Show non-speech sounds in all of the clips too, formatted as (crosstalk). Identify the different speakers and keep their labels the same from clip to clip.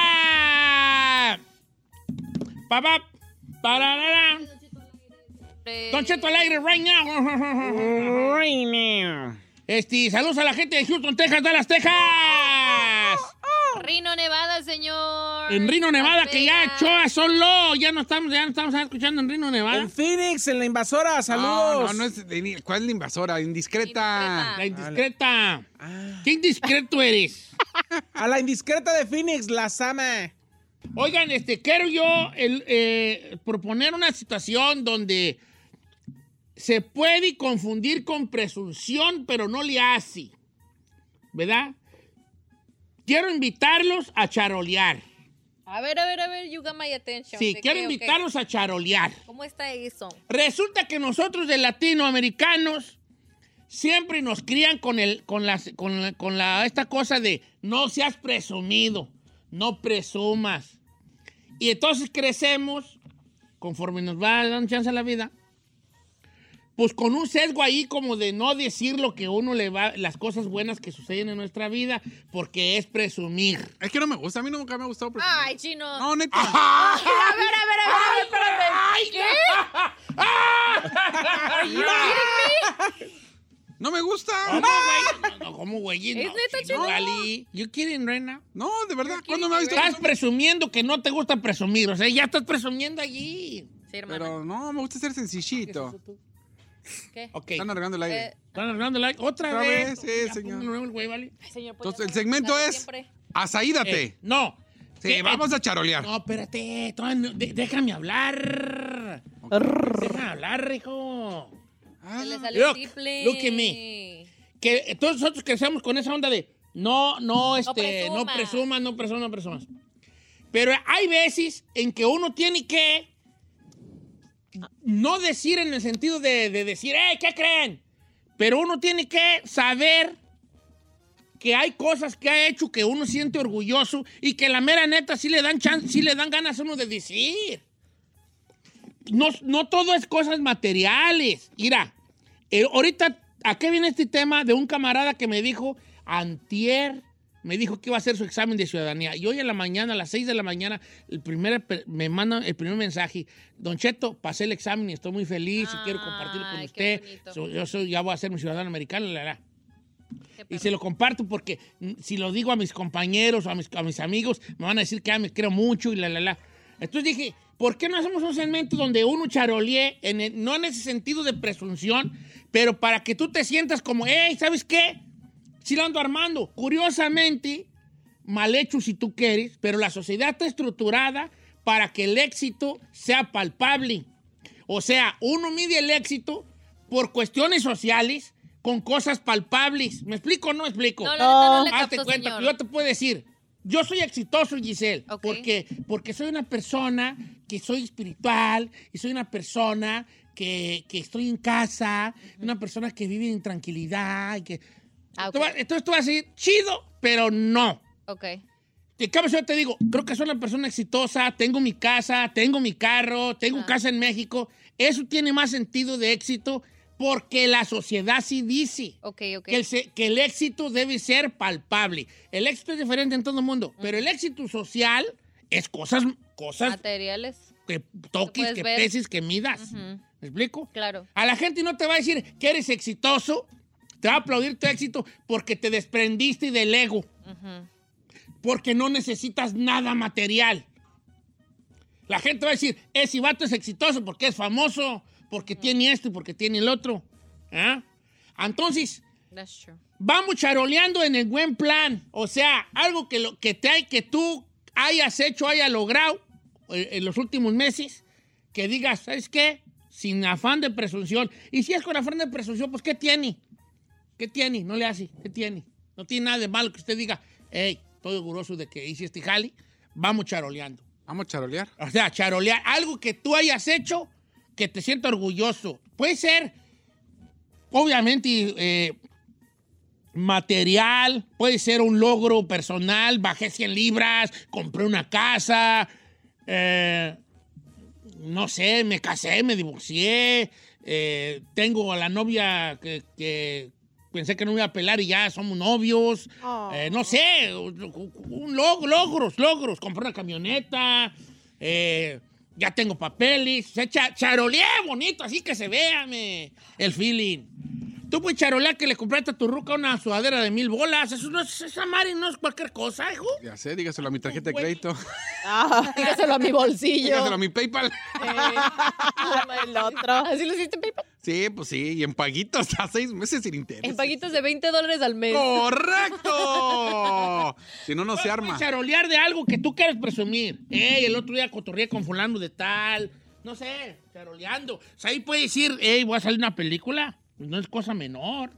Speaker 1: ¡Familia! Papá, pararara. Don Cheto al aire right now. Este, saludos a la gente de Houston, Texas, Dallas, Texas.
Speaker 2: Rino Nevada, señor.
Speaker 1: En Reno, Nevada,
Speaker 2: Las
Speaker 1: que ya
Speaker 2: Vegas.
Speaker 1: Choa solo. Ya no estamos, ya no estamos escuchando en Reno, Nevada.
Speaker 3: En Phoenix, en la invasora,
Speaker 4: No,
Speaker 3: saludos.
Speaker 4: no, no es. de- ¿Cuál es la invasora? Indiscreta.
Speaker 1: La indiscreta. ¿Qué indiscreto eres?
Speaker 3: A la indiscreta de Phoenix, las ama.
Speaker 1: Oigan, este, quiero yo el, eh, proponer una situación donde se puede confundir con presunción, pero no le hace. ¿Verdad? Quiero invitarlos a charolear.
Speaker 2: A ver, a ver, a ver, you got my attention.
Speaker 1: Sí,
Speaker 2: ¿De
Speaker 1: quiero
Speaker 2: qué o qué?
Speaker 1: invitarlos a charolear.
Speaker 2: ¿Cómo está eso?
Speaker 1: Resulta que nosotros de latinoamericanos siempre nos crían con, el, con, las- con la, con la- esta cosa de no seas presumido, no presumas. Y entonces crecemos, conforme nos va dando chance a la vida, pues con un sesgo ahí como de no decir lo que uno le va, las cosas buenas que suceden en nuestra vida, porque es presumir.
Speaker 4: Es que no me gusta. A mí nunca me ha gustado. presumir.
Speaker 2: Ay, chino.
Speaker 4: No, neta.
Speaker 2: A ver, a ver, a ver, a ver, espérate.
Speaker 1: ¡Ay, qué!
Speaker 4: No me gusta.
Speaker 1: ¿Cómo, güey? No, no, ¿Cómo, güey?
Speaker 2: ¿Es
Speaker 1: No,
Speaker 2: neta,
Speaker 1: chino,
Speaker 2: chino?
Speaker 1: Vali. You kidding right now?
Speaker 4: No, de verdad. ¿Cuándo me ha visto?
Speaker 1: Estás
Speaker 4: presumir?
Speaker 1: presumiendo que no te gusta presumir. O sea, ya estás presumiendo allí.
Speaker 2: Sí, hermano.
Speaker 4: Pero no, me gusta ser sencillito.
Speaker 2: ¿Qué?
Speaker 1: Ok.
Speaker 4: Están arreglando el aire.
Speaker 2: Eh,
Speaker 1: ¿Están arreglando el like? ¿Otra,
Speaker 4: Otra
Speaker 1: vez?
Speaker 4: vez, sí,
Speaker 1: Ya,
Speaker 4: señor.
Speaker 1: ponme nuevo el güey, ¿vale?
Speaker 2: ay, señor, pues
Speaker 4: Entonces,
Speaker 2: ya
Speaker 4: el
Speaker 2: no-
Speaker 4: segmento
Speaker 2: dale
Speaker 4: es-
Speaker 2: siempre.
Speaker 4: Asaídate.
Speaker 1: Eh, no.
Speaker 4: Sí,
Speaker 1: Eh,
Speaker 4: vamos
Speaker 1: eh,
Speaker 4: a charolear.
Speaker 1: No, espérate. todavía no- de- déjame hablar. Déjame hablar, hijo.
Speaker 4: Ah,
Speaker 2: Se le salió
Speaker 1: Look,
Speaker 2: el triple.
Speaker 1: look at me. Que eh, todos nosotros crecemos con esa onda de no, no, este, no
Speaker 2: presumas.
Speaker 1: presumas, no presumas, no presumas. Pero hay veces en que uno tiene que no decir en el sentido de, de decir, hey, ¿qué creen? Pero uno tiene que saber que hay cosas que ha hecho que uno siente orgulloso y que la mera neta sí le dan chance, sí le dan ganas a uno de decir. No, no todo es cosas materiales. Mira, eh, ahorita, ¿a qué viene este tema de un camarada que me dijo antier? Me dijo que iba a hacer su examen de ciudadanía. Y hoy en la mañana, a las 6 de la mañana, el primer, pe- me manda el primer mensaje. Don Cheto, pasé el examen y estoy muy feliz y quiero compartirlo con
Speaker 2: Ay, qué
Speaker 1: usted.
Speaker 2: bonito.
Speaker 1: So- yo soy, ya voy a ser un ciudadano americano. la, la".
Speaker 2: Qué
Speaker 1: Y
Speaker 2: perro.
Speaker 1: se lo comparto porque mm, si lo digo a mis compañeros o a mis, a mis amigos, me van a decir que ah, me quiero mucho y la, la, la. Entonces dije, ¿por qué no hacemos un segmento donde uno charolee, en el- no en ese sentido de presunción, pero para que tú te sientas como, hey, ¿sabes qué? Sí la ando armando. Curiosamente, mal hecho si tú quieres, pero la sociedad está estructurada para que el éxito sea palpable. O sea, uno mide el éxito por cuestiones sociales con cosas palpables. ¿Me explico o no me explico?
Speaker 2: No, la neta no le
Speaker 1: Hazte
Speaker 2: capto,
Speaker 1: cuenta
Speaker 2: señor.
Speaker 1: que yo te puedo decir, yo soy exitoso, Giselle,
Speaker 2: Ok.
Speaker 1: porque, porque soy una persona que soy espiritual y soy una persona que, que estoy en casa, una persona que vive en tranquilidad. y que...
Speaker 2: Ah, ok.
Speaker 1: Tú vas- entonces tú vas a decir, chido, pero no.
Speaker 2: Ok.
Speaker 1: Te cambio, yo te digo, creo que soy una persona exitosa, tengo mi casa, tengo mi carro, tengo casa en México. Eso tiene más sentido de éxito porque la sociedad sí dice
Speaker 2: Ok, ok.
Speaker 1: que el, se- que el éxito debe ser palpable. El éxito es diferente en todo el mundo, pero el éxito social es cosas, cosas
Speaker 2: Materiales.
Speaker 1: que
Speaker 2: que
Speaker 1: toques,
Speaker 2: Ah, puedes
Speaker 1: que
Speaker 2: ver.
Speaker 1: peses, que midas.
Speaker 2: Ujú,
Speaker 1: ¿Me explico?
Speaker 2: Claro.
Speaker 1: A la gente no te va a decir que eres exitoso, te va a aplaudir tu éxito porque te desprendiste del ego,
Speaker 2: ujú.
Speaker 1: porque no necesitas nada material. La gente va a decir, ese vato es exitoso porque es famoso, porque tiene esto y porque tiene el otro. ¿Ah? Entonces,
Speaker 2: That's true.
Speaker 1: vamos charoleando en el buen plan. O sea, algo que, lo, que, te hay, que tú hayas hecho, hayas logrado eh, en los últimos meses, que digas, ¿sabes qué? Sin afán de presunción. Y si es con afán de presunción, pues ¿qué tiene? ¿Qué tiene? No le hace. ¿Qué tiene? No tiene nada de malo que usted diga, hey, estoy orgulloso de que hice este jali. Vamos charoleando.
Speaker 4: Vamos a charolear.
Speaker 1: O sea, charolear. Algo que tú hayas hecho que te sienta orgulloso. Puede ser, obviamente, eh, material, puede ser un logro personal, bajé 100 libras, compré una casa, eh, no sé, me casé, me divorcié, eh, tengo a la novia que, que pensé que no me iba a pelar y ya somos novios, Eh, no sé, un un log- logros, logros, compré una camioneta, eh, ya tengo papeles, o sea, cha- charoleé bonito, así que se vea me, el feeling. Tú puedes charolear que le compraste a tu ruca una sudadera de mil bolas. Eso no es, esa madre no es cualquier cosa, hijo.
Speaker 4: Ya sé, dígaselo a mi tarjeta de crédito.
Speaker 5: Ah, (laughs) dígaselo a mi
Speaker 4: Dígaselo a
Speaker 5: bolsillo.
Speaker 4: mi PayPal.
Speaker 3: Eh,
Speaker 5: el otro. ¿Así lo hiciste, Pipa?
Speaker 4: Sí, pues sí, y en (laughs) paguitos hasta seis meses sin interés.
Speaker 5: En paguitos de 20 dólares al mes.
Speaker 1: (laughs)
Speaker 4: ¡Correcto! si no, no se
Speaker 1: Puedes
Speaker 4: arma.
Speaker 1: charolear de algo que tú quieres presumir. Ey, el otro día cotorreé con fulano de tal. No sé, charoleando. O sea, ahí puedes decir, ey, voy a salir una película. Pues no es cosa menor.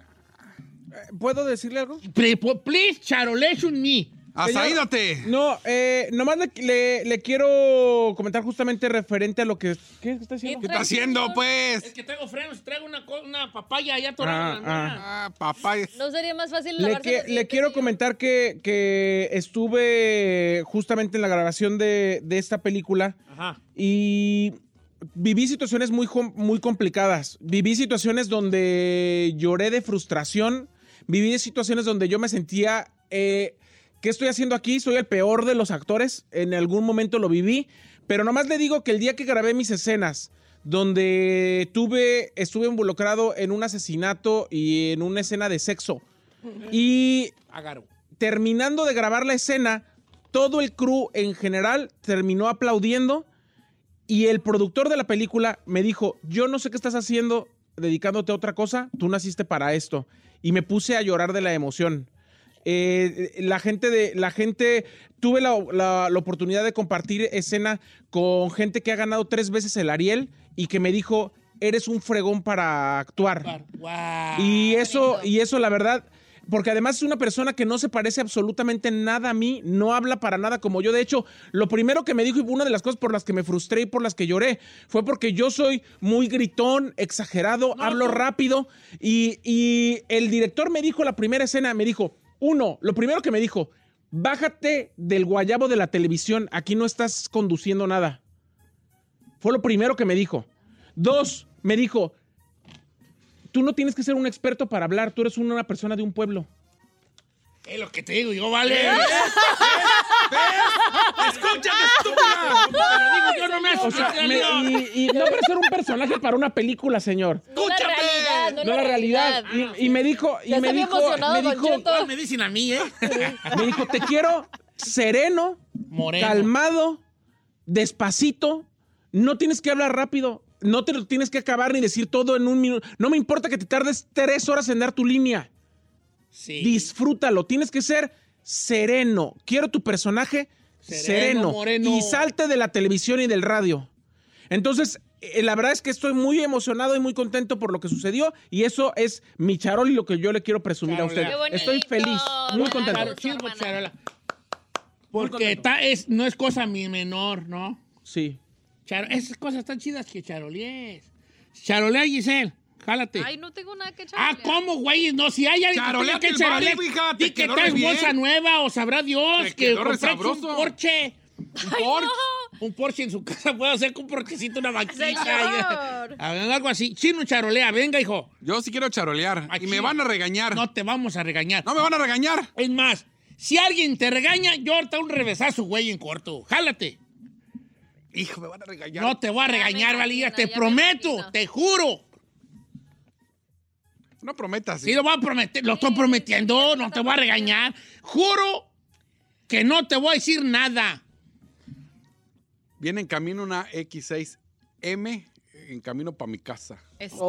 Speaker 3: ¿Puedo decirle algo?
Speaker 1: Pre- po- Please, charolation me.
Speaker 4: ¡Hasta
Speaker 3: Señor-
Speaker 4: ídate!
Speaker 3: No, eh, nomás le, le- le quiero comentar justamente referente a lo que... ¿Qué está
Speaker 4: ¿Qué
Speaker 3: haciendo?
Speaker 4: está haciendo,
Speaker 1: Es
Speaker 4: pues?
Speaker 1: que traigo frenos, traigo una, co- una papaya allá
Speaker 3: Ah,
Speaker 1: atorada. en la
Speaker 3: ah.
Speaker 1: almohada.
Speaker 4: Ah, papá.
Speaker 2: ¿No sería más fácil
Speaker 3: Le,
Speaker 2: lavarse
Speaker 3: que-
Speaker 2: los
Speaker 3: le
Speaker 2: dientes,
Speaker 3: quiero
Speaker 2: señor?
Speaker 3: comentar que, que estuve justamente en la grabación de, de esta película
Speaker 1: Ajá.
Speaker 3: y viví situaciones muy, com- muy complicadas. Viví situaciones donde lloré de frustración. Viví situaciones donde yo me sentía, eh, ¿qué estoy haciendo aquí? Soy el peor de los actores. En algún momento lo viví. Pero nomás le digo que el día que grabé mis escenas, donde tuve, estuve involucrado en un asesinato y en una escena de sexo. Y
Speaker 1: Agarro.
Speaker 3: terminando de grabar la escena, todo el crew en general terminó aplaudiendo y el productor de la película me dijo, yo no sé qué estás haciendo dedicándote a otra cosa, tú naciste para esto. Y me puse a llorar de la emoción. Eh, eh, la gente de la gente tuve la, la- la oportunidad de compartir escena con gente que ha ganado tres veces el Ariel y que me dijo eres un fregón para actuar
Speaker 1: Wow.
Speaker 3: y eso,
Speaker 2: bonito.
Speaker 3: y eso, la verdad, porque además es una persona que no se parece absolutamente nada a mí, no habla para nada como yo. De hecho, lo primero que me dijo y una de las cosas por las que me frustré y por las que lloré fue porque yo soy muy gritón, exagerado, hablo rápido. Y, y el director me dijo la primera escena, me dijo, uno, lo primero que me dijo, bájate del guayabo de la televisión, aquí no estás conduciendo nada. Fue lo primero que me dijo. Dos, me dijo, tú no tienes que ser un experto para hablar, tú eres una persona de un pueblo.
Speaker 1: Es lo que te digo, yo vale.
Speaker 4: ¡Escúchame, estúpida!
Speaker 1: Pero digo, yo no me
Speaker 3: O sea,
Speaker 1: asusté,
Speaker 3: me-
Speaker 1: Dios.
Speaker 3: y, y no para ser un personaje para una película, señor.
Speaker 2: No la
Speaker 4: ¡Escúchame!
Speaker 2: realidad, no,
Speaker 3: No la realidad. Y, y me dijo, y
Speaker 5: Ya
Speaker 3: me
Speaker 5: se había
Speaker 3: dijo,
Speaker 5: emocionado,
Speaker 3: me
Speaker 5: Don
Speaker 3: dijo,
Speaker 5: Cheto.
Speaker 1: Me dicen a mí, ¿eh?
Speaker 3: (laughs) me dijo, te quiero sereno,
Speaker 1: Moreno.
Speaker 3: calmado, despacito. No tienes que hablar rápido. No te lo tienes que acabar ni decir todo en un minuto. No me importa que te tardes tres horas en dar tu línea.
Speaker 1: Sí.
Speaker 3: Disfrútalo. Tienes que ser sereno. Quiero tu personaje
Speaker 1: Sereno,
Speaker 3: sereno.
Speaker 1: moreno.
Speaker 3: Y salte de la televisión y del radio. Entonces, eh, la verdad es que estoy muy emocionado y muy contento por lo que sucedió. Y eso es mi charol y lo que yo le quiero presumir
Speaker 1: Charolea.
Speaker 3: a
Speaker 2: Qué
Speaker 3: usted.
Speaker 2: bonito.
Speaker 3: Estoy feliz, muy
Speaker 2: Bravo.
Speaker 3: contento.
Speaker 1: Claro, sí,
Speaker 2: hermana.
Speaker 1: charola. Porque está, es, no es cosa mi menor, ¿no?
Speaker 3: Sí.
Speaker 1: Charo- esas cosas tan chidas que charolees. Charolea, Giselle. Jálate.
Speaker 2: Ay, no tengo nada que echar.
Speaker 1: Ah, ¿cómo, güey? No, si hay alguien
Speaker 4: Charolea
Speaker 1: que
Speaker 4: el
Speaker 1: tiene
Speaker 4: barrio,
Speaker 1: charolea,
Speaker 4: hija, te
Speaker 1: di que
Speaker 4: quedó
Speaker 1: traes
Speaker 4: re bien.
Speaker 1: bolsa nueva o sabrá Dios
Speaker 4: Te
Speaker 1: que
Speaker 4: quedó re
Speaker 1: compraste un
Speaker 4: sabroso.
Speaker 1: Porsche. Un Porsche. Un Porsche en su casa puede hacer con un Porschecito, una vaquita.
Speaker 2: Señor.
Speaker 1: y- Algo así. Chino charolea, venga, hijo.
Speaker 4: Yo sí quiero charolear. Y
Speaker 1: Machín.
Speaker 4: me van a regañar. No,
Speaker 1: No te vamos a regañar.
Speaker 4: me van a regañar.
Speaker 1: Es más, si alguien te regaña, yo ahorita un revesazo, güey, en corto. Jálate.
Speaker 4: Hijo, me van a regañar.
Speaker 1: No te voy a
Speaker 2: Ya me
Speaker 1: regañar,
Speaker 2: imagino,
Speaker 1: Valía. Te
Speaker 2: ya me
Speaker 1: prometo,
Speaker 2: imagino.
Speaker 1: te juro.
Speaker 4: No prometas.
Speaker 1: Sí, lo voy a prometer, lo estoy prometiendo, no te voy a regañar. Juro que no te voy a decir nada.
Speaker 4: Viene en camino una X6M en camino para mi casa.
Speaker 2: Estúpida.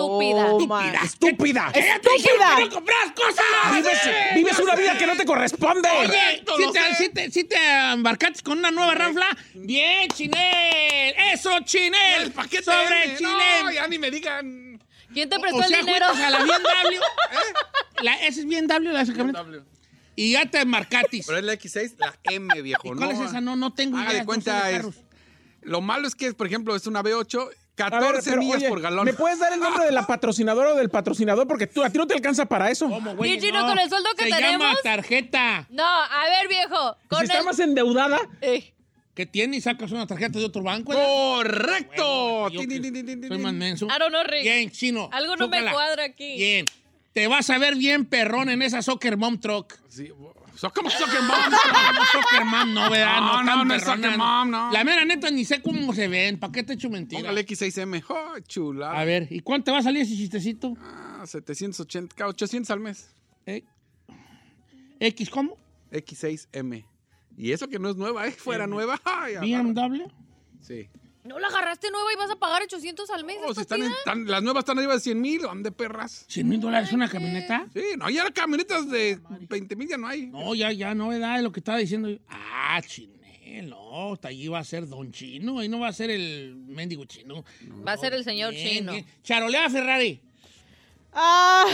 Speaker 5: Oh, my-
Speaker 1: Estúpida,
Speaker 3: estúpida.
Speaker 1: ¿Qué ya te dijeron
Speaker 5: Estúpida.
Speaker 1: que no compras cosas!
Speaker 3: Vives,
Speaker 1: ¡Eh!
Speaker 3: vives una vida que no te corresponde.
Speaker 1: Oye,
Speaker 4: Esto
Speaker 1: si
Speaker 4: lo
Speaker 1: te,
Speaker 4: sé.
Speaker 1: si te- si te embarcaste con una nueva ranfla, bien, Chinel. Eso, Chinel. Sobre
Speaker 4: M? No,
Speaker 1: Chinel.
Speaker 4: ya ni me digan.
Speaker 2: ¿Quién te prestó
Speaker 1: o
Speaker 2: el
Speaker 1: sea,
Speaker 2: dinero?
Speaker 1: juntas a la bien
Speaker 2: (laughs)
Speaker 1: W. ¿eh? La- esa es bien W, la camioneta. Y ya te embarcatis.
Speaker 4: Pero es la X6, la M, viejo.
Speaker 1: ¿Y cuál es
Speaker 4: no,
Speaker 1: esa? No, no tengo
Speaker 4: Haga
Speaker 1: idea.
Speaker 4: de
Speaker 1: no
Speaker 4: cuenta,
Speaker 1: sé de
Speaker 4: es-
Speaker 1: carros.
Speaker 4: lo malo es que, por ejemplo, es una B8,
Speaker 3: A ver,
Speaker 4: 14
Speaker 3: pero,
Speaker 4: millas
Speaker 3: oye,
Speaker 4: por galón.
Speaker 3: ¿Me puedes dar el nombre de la patrocinadora o del patrocinador? Porque tú, a ti no te alcanza para eso.
Speaker 1: ¿Cómo, güey?
Speaker 2: Bien, Gino, con el sueldo que
Speaker 1: Se llama
Speaker 2: tenemos.
Speaker 1: tarjeta.
Speaker 2: No, a ver,
Speaker 1: Pues
Speaker 2: viejo.
Speaker 3: Si
Speaker 2: Con
Speaker 3: está
Speaker 2: el...
Speaker 3: más endeudada,
Speaker 2: Eh,
Speaker 1: ¿Qué tiene? Y sacas una tarjeta de otro banco. ¿eh?
Speaker 4: (laughs) ¡Correcto!
Speaker 1: Yo
Speaker 4: Tin, tin, tin, tin,
Speaker 1: que
Speaker 4: tin,
Speaker 1: Soy
Speaker 4: tin.
Speaker 1: más menso.
Speaker 2: I don't know, Rick.
Speaker 1: Bien, chino.
Speaker 2: Algo no me
Speaker 1: Zócala.
Speaker 2: cuadra aquí.
Speaker 1: Bien. Te vas a ver bien perrón en esa Soccer Mom Truck.
Speaker 4: Sí, so- ¿Cómo que soccer mom?
Speaker 1: No, Soccer Mom no, ¿verdad?
Speaker 4: No,
Speaker 1: tan
Speaker 4: no, no es
Speaker 1: perrona,
Speaker 4: Soccer Mom, no.
Speaker 1: La mera neta ni sé cómo se ven. ¿Para qué te echo mentira?
Speaker 4: Póngale X6M. ¡Oh, chulada!
Speaker 1: A ver, ¿y cuánto te va a salir ese chistecito?
Speaker 4: Ah, 780, 800 al mes.
Speaker 1: ¿Eh? ¿X cómo?
Speaker 4: X6M. Y eso que no es nueva, ¿eh? Fuera nueva. Ay, agarra.
Speaker 1: BMW.
Speaker 4: Sí.
Speaker 2: ¿No la agarraste nueva y vas a pagar 800 al mes?
Speaker 4: Oh, si están
Speaker 2: estúpida?
Speaker 4: en- están- las nuevas están arriba de 100 mil, ¿dónde perras?
Speaker 1: 100 mil dólares una camioneta.
Speaker 4: Sí, no, ya las camionetas de 20 mil ya no hay.
Speaker 1: No, ya, ya, no, ¿verdad? Es lo que estaba diciendo yo. Ah, chinel, no, hasta allí va a ser don chino, ahí no va a ser el mendigo chino.
Speaker 2: Va a ser el señor
Speaker 1: Bien,
Speaker 2: chino.
Speaker 1: bien. Charolea Ferrari.
Speaker 5: Ah,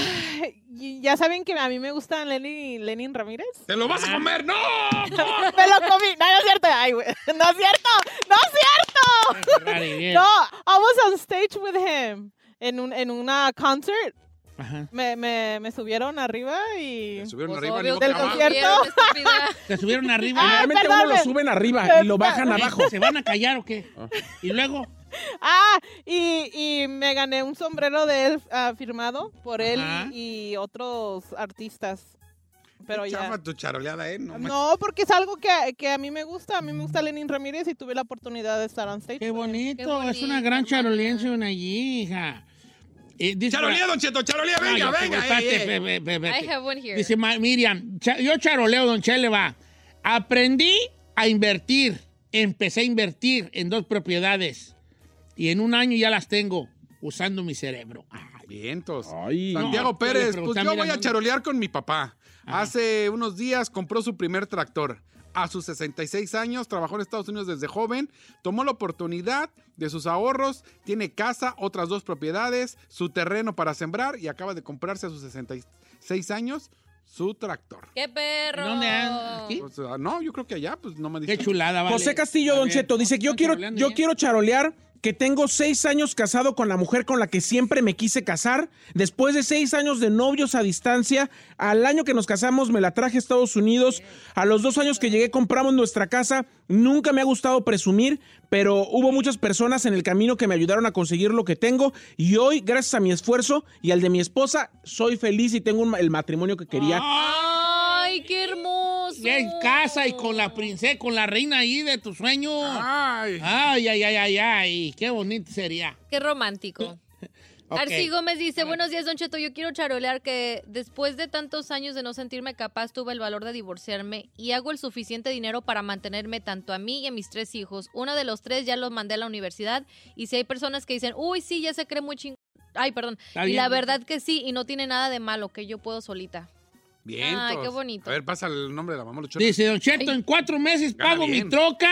Speaker 5: y ya saben que a mí me gusta Lenin, Lenin Ramírez.
Speaker 4: ¡Te lo
Speaker 1: Ah.
Speaker 4: vas a comer! ¡No!
Speaker 5: Me lo comí. No, no es cierto. Ay, güey. (laughs) No es cierto. No es
Speaker 1: (laughs)
Speaker 5: cierto.
Speaker 1: (laughs) Ferrari, bien.
Speaker 5: No, I was on stage with him en, un, en una concert.
Speaker 1: Ajá.
Speaker 5: Me, me, me subieron arriba y...
Speaker 4: Te subieron
Speaker 2: Pues
Speaker 4: arriba,
Speaker 2: obvio
Speaker 4: ni
Speaker 2: que
Speaker 5: del
Speaker 4: boca abajo.
Speaker 5: concierto.
Speaker 2: vieron, estúpida.
Speaker 1: Te subieron arriba.
Speaker 5: Ah,
Speaker 3: generalmente
Speaker 5: perdón,
Speaker 3: uno lo
Speaker 5: me-
Speaker 3: suben arriba y lo
Speaker 5: me-
Speaker 3: bajan
Speaker 1: ¿verdad?
Speaker 3: abajo.
Speaker 1: ¿Se van a callar o qué? Y luego,
Speaker 5: Ah, y, y me gané un sombrero de él ah, firmado por él
Speaker 1: Ajá.
Speaker 5: y otros artistas. Pero
Speaker 4: Qué
Speaker 5: ya...
Speaker 4: chafa tu charoleada, ¿eh? No, manches.
Speaker 5: No, porque es algo que, que a mí me gusta. A mí me gusta Lenin Ramírez y tuve la oportunidad de estar on stage.
Speaker 1: qué bonito,
Speaker 2: Qué bonito,
Speaker 1: es una gran
Speaker 2: mamá.
Speaker 1: charolense una allí, hija. Eh, dice-
Speaker 4: ¡Charolea, don Cheto! ¡Charolea,
Speaker 1: No,
Speaker 4: venga,
Speaker 1: ya te
Speaker 4: venga!
Speaker 1: gustaste,
Speaker 4: eh, eh.
Speaker 1: ve, ve, ve, ve.
Speaker 2: I have one here.
Speaker 1: Dice Ma- Miriam, cha- yo charoleo, don Chele va. Aprendí a invertir. Empecé a invertir en dos propiedades. Y en un año ya las tengo usando mi cerebro. Ah, Ay,
Speaker 4: Vientos.
Speaker 3: Ay.
Speaker 4: Santiago
Speaker 1: No, yo le
Speaker 4: Pérez,
Speaker 1: pregunté,
Speaker 4: pues yo
Speaker 1: mira,
Speaker 4: voy a
Speaker 1: no-
Speaker 4: charolear con mi papá. Hace unos días compró su primer tractor. A sus 66 años, trabajó en Estados Unidos desde joven, tomó la oportunidad de sus ahorros, tiene casa, otras dos propiedades, su terreno para sembrar y acaba de comprarse a sus 66 años su tractor.
Speaker 2: ¡Qué perro!
Speaker 1: ¿Dónde andas? ¿Aquí?
Speaker 4: O sea, no, yo creo que allá, pues no me
Speaker 1: Qué
Speaker 4: dice.
Speaker 1: chulada, vale.
Speaker 3: José Castillo,
Speaker 1: A
Speaker 3: Don
Speaker 1: ver,
Speaker 3: Cheto, dice que yo
Speaker 1: están
Speaker 3: quiero,
Speaker 1: charoleando
Speaker 3: yo
Speaker 1: ya.
Speaker 3: quiero charolear que tengo seis años casado con la mujer con la que siempre me quise casar. Después de seis años de novios a distancia, al año que nos casamos me la traje a Estados Unidos. A los dos años que llegué compramos nuestra casa. Nunca me ha gustado presumir, pero hubo muchas personas en el camino que me ayudaron a conseguir lo que tengo. Y hoy, gracias a mi esfuerzo y al de mi esposa, soy feliz y tengo un ma- el matrimonio que quería.
Speaker 2: ¡Ay, qué hermoso!
Speaker 1: Ya en casa y con la princesa, con la reina ahí de tu sueño.
Speaker 4: Ay,
Speaker 1: Ay, ay, ay, ay, ay. Qué bonito sería.
Speaker 2: ¡Qué romántico!
Speaker 1: (laughs) Ok.
Speaker 2: Arci Gómez dice, buenos días, Don Cheto, yo quiero charolear que después de tantos años de no sentirme capaz, tuve el valor de divorciarme y hago el suficiente dinero para mantenerme tanto a mí y a mis tres hijos. Uno de los tres ya los mandé a la universidad y si hay personas que dicen, uy, sí, ya se cree muy chingón. Ay, perdón.
Speaker 1: Está
Speaker 2: y
Speaker 1: bien,
Speaker 2: la
Speaker 1: Luis.
Speaker 2: verdad que sí, y no tiene nada de malo, que yo puedo solita.
Speaker 4: bien.
Speaker 2: Ay, qué bonito.
Speaker 4: A ver, pasa el nombre de la mamá luchona.
Speaker 1: Dice, Don Cheto, en cuatro meses
Speaker 4: Gana
Speaker 1: pago mi
Speaker 4: bien.
Speaker 1: troca,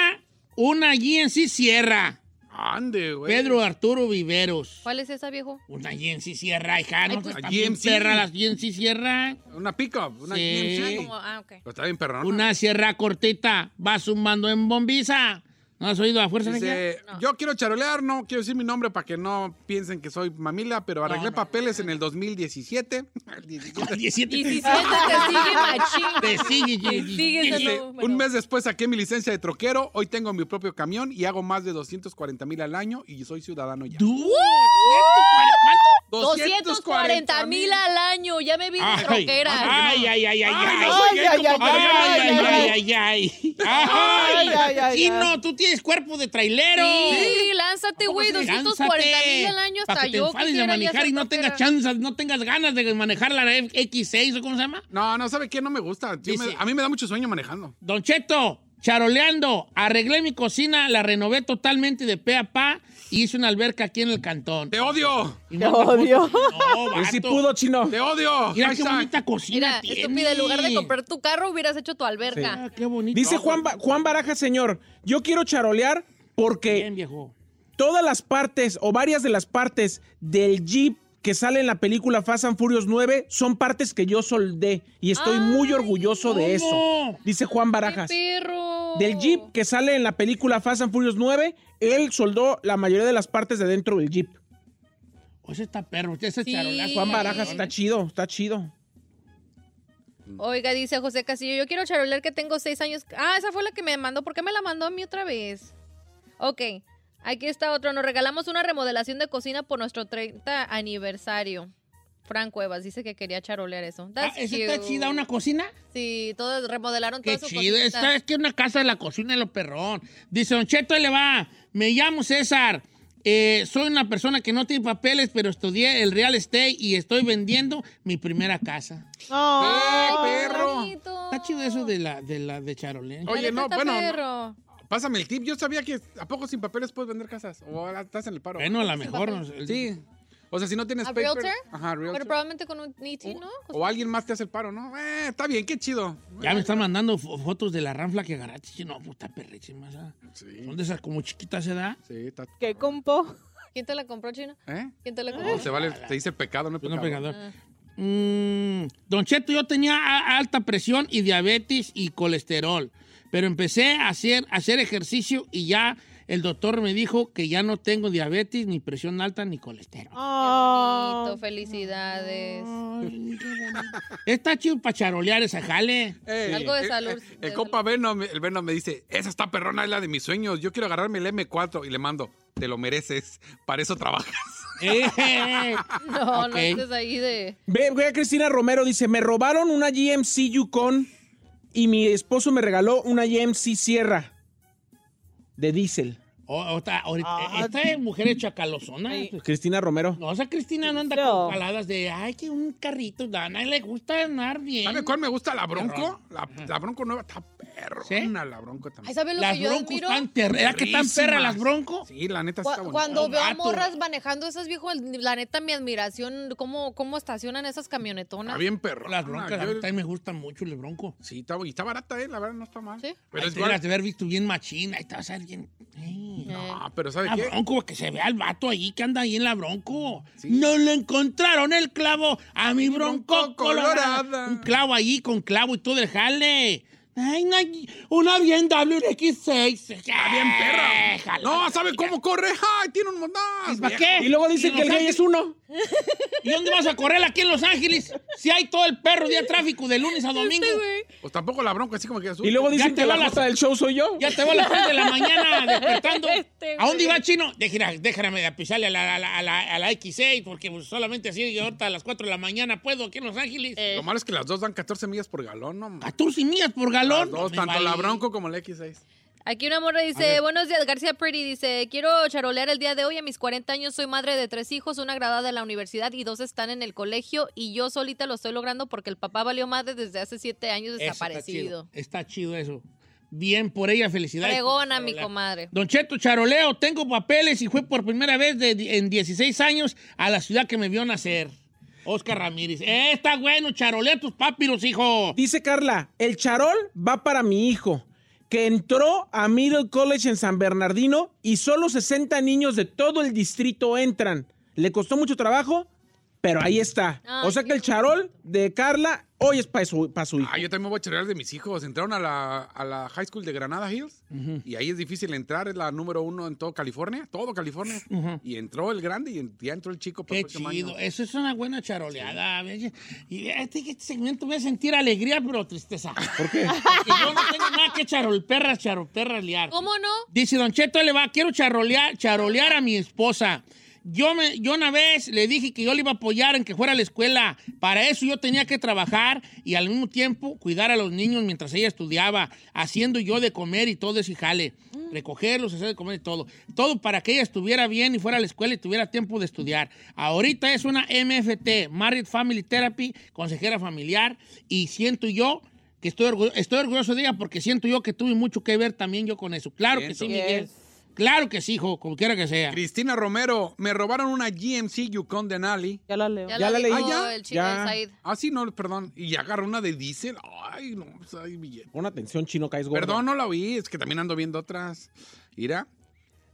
Speaker 1: una GNC Sierra.
Speaker 4: Ande, güey.
Speaker 1: Pedro Arturo Viveros.
Speaker 2: ¿Cuál es esa, viejo?
Speaker 1: Una GNC Sierra, hija.
Speaker 2: Ay,
Speaker 1: No,
Speaker 2: pues-
Speaker 1: Está bien
Speaker 4: GMC.
Speaker 1: perra las GNC Sierra.
Speaker 4: Una pickup, una
Speaker 1: Sí.
Speaker 4: GMC.
Speaker 2: Como- ah, ok.
Speaker 4: Pero Está bien, perrón.
Speaker 1: Una sierra cortita va sumando en bombiza. ¿No has oído a fuerza? Mejía?
Speaker 4: Dice,
Speaker 2: No.
Speaker 4: yo quiero charolear, no quiero decir mi nombre para que no piensen que soy mamila, pero arreglé
Speaker 1: no, no,
Speaker 4: papeles en el 2017.
Speaker 1: (laughs)
Speaker 4: (laughs) El 17.
Speaker 1: 17.
Speaker 2: 17 te sigue
Speaker 1: (laughs)
Speaker 2: machín.
Speaker 1: Te sigue,
Speaker 2: Te
Speaker 1: Gigi.
Speaker 2: sigue
Speaker 4: Dice,
Speaker 2: ese no, bueno.
Speaker 4: un mes después saqué mi licencia de troquero, hoy tengo mi propio camión y hago más de 240 mil al año y soy ciudadano ya.
Speaker 1: ¡Dude! ¿140?
Speaker 2: 240 mil al año. Ya me vi de
Speaker 1: ¿Cuánto?
Speaker 2: troquera.
Speaker 1: Ay, ay, ay, ay, ay.
Speaker 4: no,
Speaker 5: Ay,
Speaker 4: llegué
Speaker 5: ay, ay,
Speaker 4: como
Speaker 1: Ay,
Speaker 5: ay,
Speaker 1: ay,
Speaker 5: ay,
Speaker 1: ay, ay.
Speaker 5: Ay, ay, ay,
Speaker 1: Y
Speaker 5: ay.
Speaker 1: no, tú tienes cuerpo de trailero.
Speaker 2: Sí, lánzate, güey.
Speaker 1: Lánzate,
Speaker 2: 240 mil al año
Speaker 1: para
Speaker 2: hasta
Speaker 1: que te
Speaker 2: yo.
Speaker 1: enfades de
Speaker 2: quisiera ya
Speaker 1: manejar
Speaker 2: ser
Speaker 1: y no tengas
Speaker 2: troquera.
Speaker 1: chanzas, no tengas ganas de manejar la X6 o cómo se llama.
Speaker 4: No, no, ¿sabe qué? No me gusta. Yo me-
Speaker 1: Dice-
Speaker 4: a mí me da mucho sueño manejando.
Speaker 1: Don Cheto, charoleando, arreglé mi cocina, la renové totalmente de pe a pa y hice una alberca aquí en el
Speaker 3: (laughs)
Speaker 1: cantón.
Speaker 4: ¡Te odio!
Speaker 1: Y
Speaker 5: Te
Speaker 1: no te
Speaker 5: odio.
Speaker 1: puso- No,
Speaker 3: Y si
Speaker 1: vato.
Speaker 3: pudo, chino.
Speaker 4: ¡Te odio!
Speaker 1: (laughs) Mira qué
Speaker 4: Hashtag.
Speaker 1: bonita cocina
Speaker 2: Mira,
Speaker 1: tiene.
Speaker 2: estúpida, en lugar de comprar tu carro, hubieras hecho tu
Speaker 1: Ah,
Speaker 2: alberca.
Speaker 1: qué bonito.
Speaker 3: Dice
Speaker 1: No,
Speaker 3: Juan,
Speaker 1: güey.
Speaker 3: Ba- Juan Baraja, señor, yo quiero charolear porque
Speaker 1: Bien, viejo.
Speaker 3: todas las partes o varias de las partes del Jeep que sale en la película Fast and Furious 9 son partes que yo soldé y estoy muy orgulloso de eso.
Speaker 1: ¿cómo? Oh,
Speaker 3: Dice Juan Barajas.
Speaker 2: ¡Qué perro!
Speaker 3: Del Jeep que sale en la película Fast and Furious 9, él soldó la mayoría de las partes de dentro del Jeep.
Speaker 1: O ese está perro, ese
Speaker 2: Sí.
Speaker 1: charolazo.
Speaker 3: Juan Barajas está chido, está chido.
Speaker 2: Oiga, dice José Castillo, yo quiero charolear que tengo seis años. Ah, esa fue la que me mandó. ¿Por qué me la mandó a mí otra vez? Ok, aquí está otro. Nos regalamos una remodelación de cocina por nuestro 30 aniversario. Fran Cuevas dice que quería charolear eso.
Speaker 1: Ah,
Speaker 2: That's
Speaker 1: ¿Esa está
Speaker 2: cute.
Speaker 1: chida una cocina?
Speaker 2: Sí, todos remodelaron
Speaker 1: Qué
Speaker 2: toda su
Speaker 1: chido.
Speaker 2: cocinita.
Speaker 1: Esta es que una casa de la cocina de los perrón. Dice, Don Cheto, ahí le va. Me llamo César. Eh, soy una persona que no tiene papeles, pero estudié el real estate y estoy vendiendo mi primera casa.
Speaker 4: ¡Eh,
Speaker 5: No.
Speaker 4: perro!
Speaker 2: Bonito.
Speaker 1: Está chido eso de la de la de Charolén.
Speaker 2: La
Speaker 4: Oye,
Speaker 2: neta
Speaker 4: no,
Speaker 2: está
Speaker 4: bueno, no.
Speaker 2: perro.
Speaker 4: Pásame el tip. Yo sabía que a poco sin papeles puedes vender casas. O ahora estás en el paro.
Speaker 1: Bueno, a lo mejor. no sé.
Speaker 4: Sí. O sea, si no tienes
Speaker 2: ¿A
Speaker 4: paper-
Speaker 2: realtor?
Speaker 4: Ajá,
Speaker 2: Pero
Speaker 4: realtor.
Speaker 2: probablemente con un niti, ¿no?
Speaker 4: O alguien más te hace el paro, ¿no? Eh, está bien, qué chido.
Speaker 1: Ya me están mandando fo- fotos de la ranfla que agarraste. No, puta perrísima. esa.
Speaker 4: Sí,
Speaker 1: Son de esas como chiquitas, ¿eh, ¿verdad?
Speaker 4: sí, está.
Speaker 5: ¿Qué compo?
Speaker 2: ¿Quién te la compró, Chino?
Speaker 4: ¿Eh?
Speaker 2: ¿Quién te la compró?
Speaker 4: No, se vale, te dice pecado, no es
Speaker 1: Pues no,
Speaker 4: pecado.
Speaker 1: pegador. Mm, don Cheto, yo tenía a- alta presión y diabetes y colesterol, pero empecé a hacer, a hacer ejercicio y ya el doctor me dijo que ya no tengo diabetes, ni presión alta, ni colesterol.
Speaker 2: Qué
Speaker 5: Oh.
Speaker 2: bonito, felicidades.
Speaker 1: Ay, qué bonito. Está chido para charolear esa jale.
Speaker 4: Eh,
Speaker 2: Algo de
Speaker 4: eh,
Speaker 2: salud,
Speaker 4: eh,
Speaker 2: de
Speaker 4: el compa Venom, el Venom me dice, esa está perrona, es la de mis sueños. Yo quiero agarrarme el M4 y le mando, te lo mereces, para eso trabajas.
Speaker 1: Eh,
Speaker 2: (laughs) No,
Speaker 1: Ok.
Speaker 2: no estés ahí de...
Speaker 3: Ve, ve a Cristina Romero, dice, me robaron una GMC Yukon y mi esposo me regaló una GMC Sierra de diésel.
Speaker 1: o- otra- ahorita-
Speaker 5: Ah,
Speaker 1: esta mujer es chacalozona. eh.
Speaker 3: Cristina Romero.
Speaker 1: No, esa Cristina no anda
Speaker 5: No.
Speaker 1: con paladas de, ay, que un carrito, no, a nadie le gusta andar bien.
Speaker 4: ¿Sabe cuál me gusta? La Bronco. La, la Bronco nueva está perrona,
Speaker 1: ¿Sí?
Speaker 4: la Bronco
Speaker 2: Ay,
Speaker 4: también.
Speaker 2: ¿sabes lo
Speaker 1: Las
Speaker 2: que yo
Speaker 1: broncos
Speaker 2: admiro?
Speaker 1: están terreras. ¿Era que están perras las broncos?
Speaker 4: Sí, la neta sí
Speaker 2: Cu-
Speaker 4: está bonita.
Speaker 2: Cuando
Speaker 1: Un
Speaker 2: veo a
Speaker 1: vato.
Speaker 2: morras manejando esas viejas, la neta, mi admiración, cómo, cómo estacionan esas camionetonas.
Speaker 4: Está bien perrona.
Speaker 1: Las broncas, a mí
Speaker 4: Yo-
Speaker 1: también me gustan mucho las broncos.
Speaker 4: Sí, está, y está barata, ¿eh? La verdad no está mal.
Speaker 2: Sí.
Speaker 4: Pero
Speaker 1: Ay,
Speaker 4: es
Speaker 1: te hubieras
Speaker 4: igual.
Speaker 1: de haber visto bien machina. Ahí estabas alguien. Ey, no.
Speaker 2: Eh,
Speaker 4: Ah, pero ¿sabe
Speaker 1: La
Speaker 4: qué?
Speaker 1: bronco, que se vea el vato ahí que anda ahí en la bronco.
Speaker 4: Sí.
Speaker 1: No le encontraron el clavo a mi bronco
Speaker 4: bronco
Speaker 1: colorada.
Speaker 4: colorada.
Speaker 1: Un clavo ahí con clavo y todo el jale. Ay, una, una bien WX6. Está
Speaker 4: bien perra. No, ¿sabe cómo corre? ¡Ay, tiene un montón!
Speaker 1: ¿Para qué?
Speaker 3: Y luego dicen
Speaker 1: ¿Y
Speaker 3: que el
Speaker 1: Los
Speaker 3: rey es uno.
Speaker 1: ¿Y dónde vas a correr aquí en Los Ángeles? Si hay todo el perro día tráfico de lunes a domingo.
Speaker 2: este güey.
Speaker 4: Pues tampoco la Bronco, así como que azul.
Speaker 3: Y luego dicen
Speaker 1: te
Speaker 3: que
Speaker 1: va
Speaker 3: la
Speaker 1: la-
Speaker 3: nota del show soy yo.
Speaker 1: Ya te voy a las 3 de la
Speaker 2: (laughs)
Speaker 1: mañana despertando.
Speaker 2: Este
Speaker 1: ¿A dónde
Speaker 2: güey.
Speaker 1: iba chino? Déjame, déjame de pisarle a la, a la, a la- a la X6 porque pues, solamente así yo ahorita a las 4 de la mañana puedo aquí en Los Ángeles.
Speaker 2: Eh.
Speaker 4: Lo malo es que las dos dan 14 millas por galón, ¿no? man?
Speaker 1: 14 millas por galón.
Speaker 4: Las dos,
Speaker 1: Me
Speaker 4: tanto la
Speaker 1: vale.
Speaker 4: Bronco como la X6.
Speaker 2: Aquí una morra dice, buenos días, García Pretty dice, quiero charolear el día de hoy, a mis 40 años soy madre de tres hijos, una graduada de la universidad y dos están en el colegio y yo solita lo estoy logrando porque el papá valió madre desde hace siete años
Speaker 1: Eso está
Speaker 2: desaparecido.
Speaker 1: chido, Está chido, eso. Bien por ella, felicidades.
Speaker 2: Pregona, mi
Speaker 1: Charolear.
Speaker 2: comadre.
Speaker 1: Don Cheto Charoleo, tengo papeles y fue por primera vez de- en 16 años a la ciudad que me vio nacer. Oscar Ramírez. Eh, está bueno, charolea tus papiros, hijo.
Speaker 3: Dice Carla, el charol va para mi hijo, que entró a Middle College en San Bernardino y solo 60 niños de todo el distrito entran. Le costó mucho trabajo, Pero ahí está.
Speaker 2: Ay,
Speaker 3: o sea que el
Speaker 2: qué-
Speaker 3: charol de Carla hoy es para su, pa' su hijo.
Speaker 4: Ah, yo también me voy a chorear de mis hijos. Entraron a la, a la High School de Granada Hills y ahí es difícil entrar. Es la número uno en todo California, todo California. Y entró el grande y en- ya entró el chico. para
Speaker 1: Qué
Speaker 4: el próximo año.
Speaker 1: chido. eh. Eso es una buena charoleada. ¿ves? Y este, este segmento voy a sentir alegría, pero tristeza. ¿Por qué? Porque yo no tengo nada que charolperras, charolperras liar.
Speaker 2: ¿Cómo no?
Speaker 1: Dice Don Cheto, le va, quiero charolear, charolear a mi esposa. Yo, me, yo una vez le dije que yo le iba a apoyar en que fuera a la escuela. Para eso yo tenía que trabajar y al mismo tiempo cuidar a los niños mientras ella estudiaba, haciendo yo de comer y todo ese jale. Recogerlos, hacer de comer y todo. Todo para que ella estuviera bien y fuera a la escuela y tuviera tiempo de estudiar. Ahorita es una MFT, Married Family Therapy, consejera familiar, y siento yo que estoy, orgu- estoy orgulloso de ella porque siento yo que tuve mucho que ver también yo con eso. Claro que sí,
Speaker 4: Siento.
Speaker 1: Miguel.
Speaker 5: Yes.
Speaker 1: Claro que sí, hijo, como quiera que sea.
Speaker 4: Cristina Romero, me robaron una GMC Yukon Denali.
Speaker 5: Ya la leo.
Speaker 2: Ya,
Speaker 3: Ya
Speaker 2: lo
Speaker 3: la leí.
Speaker 2: dijo
Speaker 3: Ah, ya,
Speaker 2: el chico
Speaker 3: ya.
Speaker 2: de Said.
Speaker 4: Ah, sí, no, perdón. Y agarró una de diésel. Ay, no, pues, ay, billete.
Speaker 3: Pon atención, chino, caes gordo.
Speaker 4: Perdón, no la oí. Es que también ando viendo otras. Mira,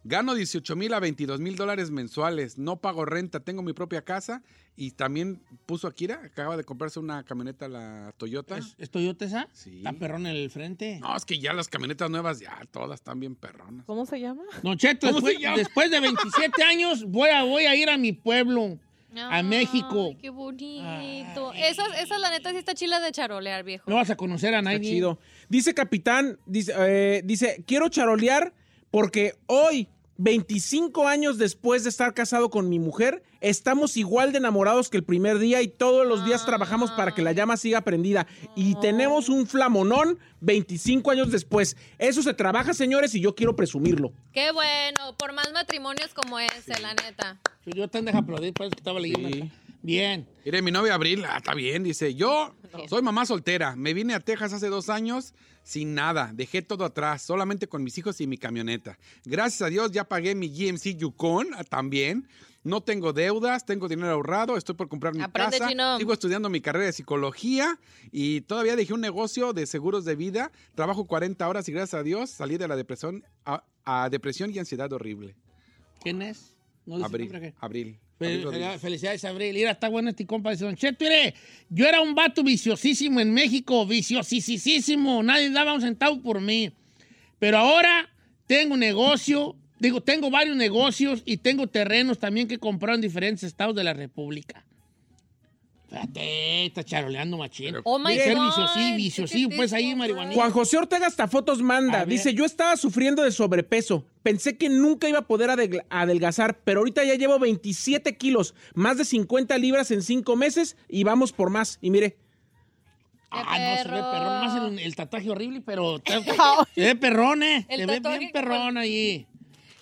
Speaker 4: gano 18 mil a 22 mil dólares mensuales. No pago renta. Tengo mi propia casa. Y también puso Akira. Acaba de comprarse una camioneta, la Toyota.
Speaker 1: ¿Es, es Toyota esa?
Speaker 4: Sí.
Speaker 1: Está perrón en el frente.
Speaker 4: No, es que ya las camionetas nuevas, ya todas están bien perronas.
Speaker 5: ¿Cómo se llama?
Speaker 1: Don Cheto,
Speaker 4: ¿Cómo se
Speaker 1: después,
Speaker 4: llama?
Speaker 1: después de
Speaker 4: (laughs)
Speaker 1: 27 años voy a, voy a ir a mi pueblo. A
Speaker 2: Ay,
Speaker 1: México.
Speaker 2: Qué bonito. Esas, esas, la neta, sí está chila de charolear, viejo.
Speaker 1: No vas a conocer a
Speaker 3: Está
Speaker 1: nadie.
Speaker 3: chido. Dice Capitán, dice, eh, dice, quiero charolear porque hoy, 25 años después de estar casado con mi mujer, estamos igual de enamorados que el primer día y todos los días trabajamos para que la llama siga prendida. Y tenemos un flamonón 25 años después. Eso se trabaja, señores, y yo quiero presumirlo.
Speaker 2: Qué bueno. Por más matrimonios como ese, la neta.
Speaker 1: Yo te dejo aplaudir, pues que estaba leyendo.
Speaker 3: Sí.
Speaker 1: Bien.
Speaker 4: Mire, mi novia Abril, ah, está bien, dice, yo soy mamá soltera, me vine a Texas hace dos años sin nada, dejé todo atrás, solamente con mis hijos y mi camioneta. Gracias a Dios ya pagué mi GMC Yukon ah, también, no tengo deudas, tengo dinero ahorrado, estoy por comprar mi
Speaker 2: Aprende,
Speaker 4: casa,
Speaker 2: chino.
Speaker 4: sigo estudiando mi carrera de psicología y todavía dejé un negocio de seguros de vida, trabajo 40 horas y gracias a Dios salí de la depresión a, a depresión y ansiedad horrible.
Speaker 1: ¿Quién es? No dice nombre
Speaker 4: Abril,
Speaker 1: acá.
Speaker 4: Abril.
Speaker 1: Fel-
Speaker 4: Abril Rodríguez.
Speaker 1: felicidades, Abril. Mira, está bueno este compa. Dice, Don Cheto, mire, yo era un vato viciosísimo en México, viciosísimo. Nadie daba un centavo por mí. Pero ahora tengo un negocio, digo, tengo varios negocios y tengo terrenos también que comprar en diferentes estados de la República. Fíjate, está charoleando machín.
Speaker 4: Pero-
Speaker 2: Oh my
Speaker 1: Ser
Speaker 2: God.
Speaker 1: viciosí, viciosí, pues ahí, marihuanillo.
Speaker 3: Juan José Ortega hasta fotos
Speaker 1: A
Speaker 3: manda.
Speaker 1: ver.
Speaker 3: Dice, yo estaba sufriendo de sobrepeso. Pensé que nunca iba a poder adel- adelgazar, pero ahorita ya llevo 27 kilos, más de 50 libras en 5 meses y vamos por más. Y mire,
Speaker 1: Ah, no, se ve
Speaker 2: perro.
Speaker 1: perrón. Más el, el tatuaje horrible,
Speaker 2: (laughs)
Speaker 1: pero te- se ve perrón, ¿eh?
Speaker 2: El
Speaker 1: Se ve
Speaker 2: tatuaje
Speaker 1: bien
Speaker 2: como-
Speaker 1: perrón allí.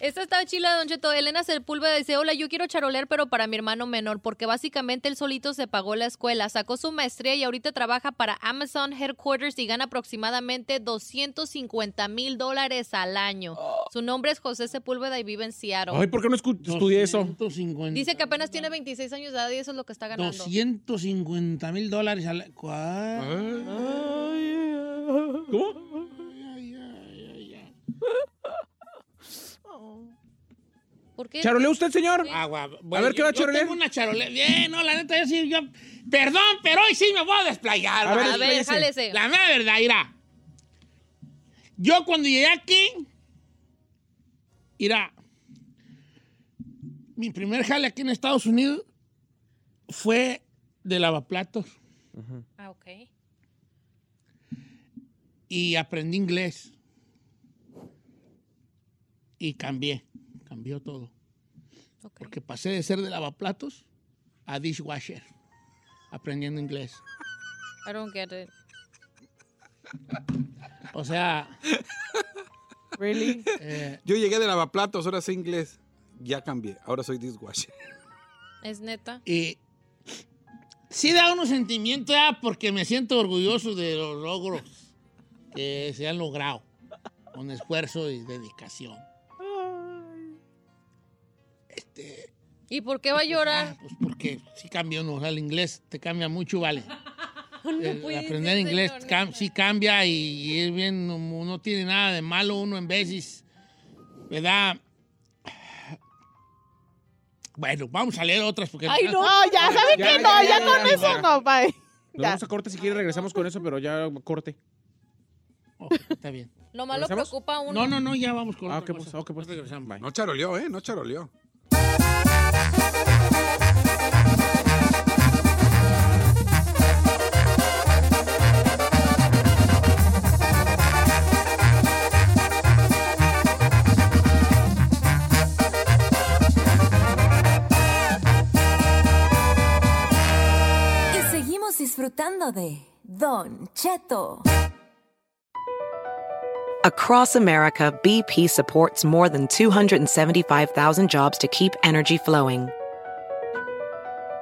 Speaker 2: Esta está chila, Don Cheto. Elena Sepúlveda dice, hola, yo quiero charolear, pero para mi hermano menor, porque básicamente él solito se pagó la escuela, sacó su maestría y ahorita trabaja para Amazon Headquarters y gana aproximadamente 250 mil dólares al año.
Speaker 1: Oh.
Speaker 2: Su nombre es José Sepúlveda y vive en Seattle.
Speaker 3: ay, ¿por qué no escu- estudié eso?
Speaker 1: 250.
Speaker 2: Dice que apenas tiene 26 años de edad y eso es lo que está ganando.
Speaker 1: 250 mil dólares al... ¿Cuál?
Speaker 3: ¿Eh? ¿Cómo?
Speaker 2: ¿Por qué?
Speaker 3: ¿Charolea usted, señor?
Speaker 1: Agua.
Speaker 3: A ver, ¿qué va a
Speaker 1: yo
Speaker 3: charolear?
Speaker 1: tengo una charolea. Bien, no, la neta, yo sí, yo... Perdón, pero hoy sí me voy a desplayar.
Speaker 3: A ver,
Speaker 2: A ver,
Speaker 3: espérese.
Speaker 2: jálese.
Speaker 1: La mera verdad, irá. Yo cuando llegué aquí, irá. Mi primer jale aquí en Estados Unidos fue de lavaplatos
Speaker 2: Ah, ok.
Speaker 1: y aprendí inglés. Y cambié, cambió todo.
Speaker 2: ok.
Speaker 1: Porque pasé de ser de lavaplatos a dishwasher, aprendiendo inglés.
Speaker 2: I don't get it.
Speaker 1: O sea,
Speaker 5: Really?
Speaker 1: eh,
Speaker 4: Yo llegué de lavaplatos, ahora sé inglés. Ya cambié, ahora soy dishwasher.
Speaker 2: Es neta.
Speaker 1: Y sí da unos sentimientos, ah, porque me siento orgulloso de los logros que se han logrado con esfuerzo y dedicación.
Speaker 2: ¿Y por qué va a
Speaker 1: Ah, (laughs)
Speaker 2: llorar?
Speaker 1: pues porque sí cambia uno, o sea, el inglés te cambia mucho, vale. Ah, El
Speaker 2: puede (laughs)
Speaker 1: aprender
Speaker 2: ser,
Speaker 1: inglés
Speaker 2: Pues, señor,
Speaker 1: cam-
Speaker 2: neta.
Speaker 1: sí cambia y, y es bien, no, no tiene nada de malo uno en veces, ¿verdad? Bueno, vamos a leer otras porque.
Speaker 5: Ay, no, ya, ¿saben
Speaker 3: Ya,
Speaker 5: qué?
Speaker 3: ya,
Speaker 5: No,
Speaker 3: ya,
Speaker 5: ya,
Speaker 3: ya,
Speaker 5: con
Speaker 3: ya,
Speaker 5: eso
Speaker 3: ya.
Speaker 5: no, bye.
Speaker 3: Nos
Speaker 5: Ya.
Speaker 3: vamos a corte si quiere, regresamos con eso, pero ya corte.
Speaker 1: Oh, está bien.
Speaker 2: Nomás lo
Speaker 3: ¿Regresamos?
Speaker 2: preocupa a uno.
Speaker 1: No, no, no, ya vamos con
Speaker 3: Ah,
Speaker 1: otra
Speaker 3: ok, pues,
Speaker 1: cosa.
Speaker 3: ok, pues.
Speaker 1: Regresamos.
Speaker 3: Bye.
Speaker 4: (laughs) No charoleó, ¿eh? No charoleó.
Speaker 6: Y seguimos disfrutando de Don Cheto.
Speaker 7: Across America, BP supports more than 275,000 jobs to keep energy flowing.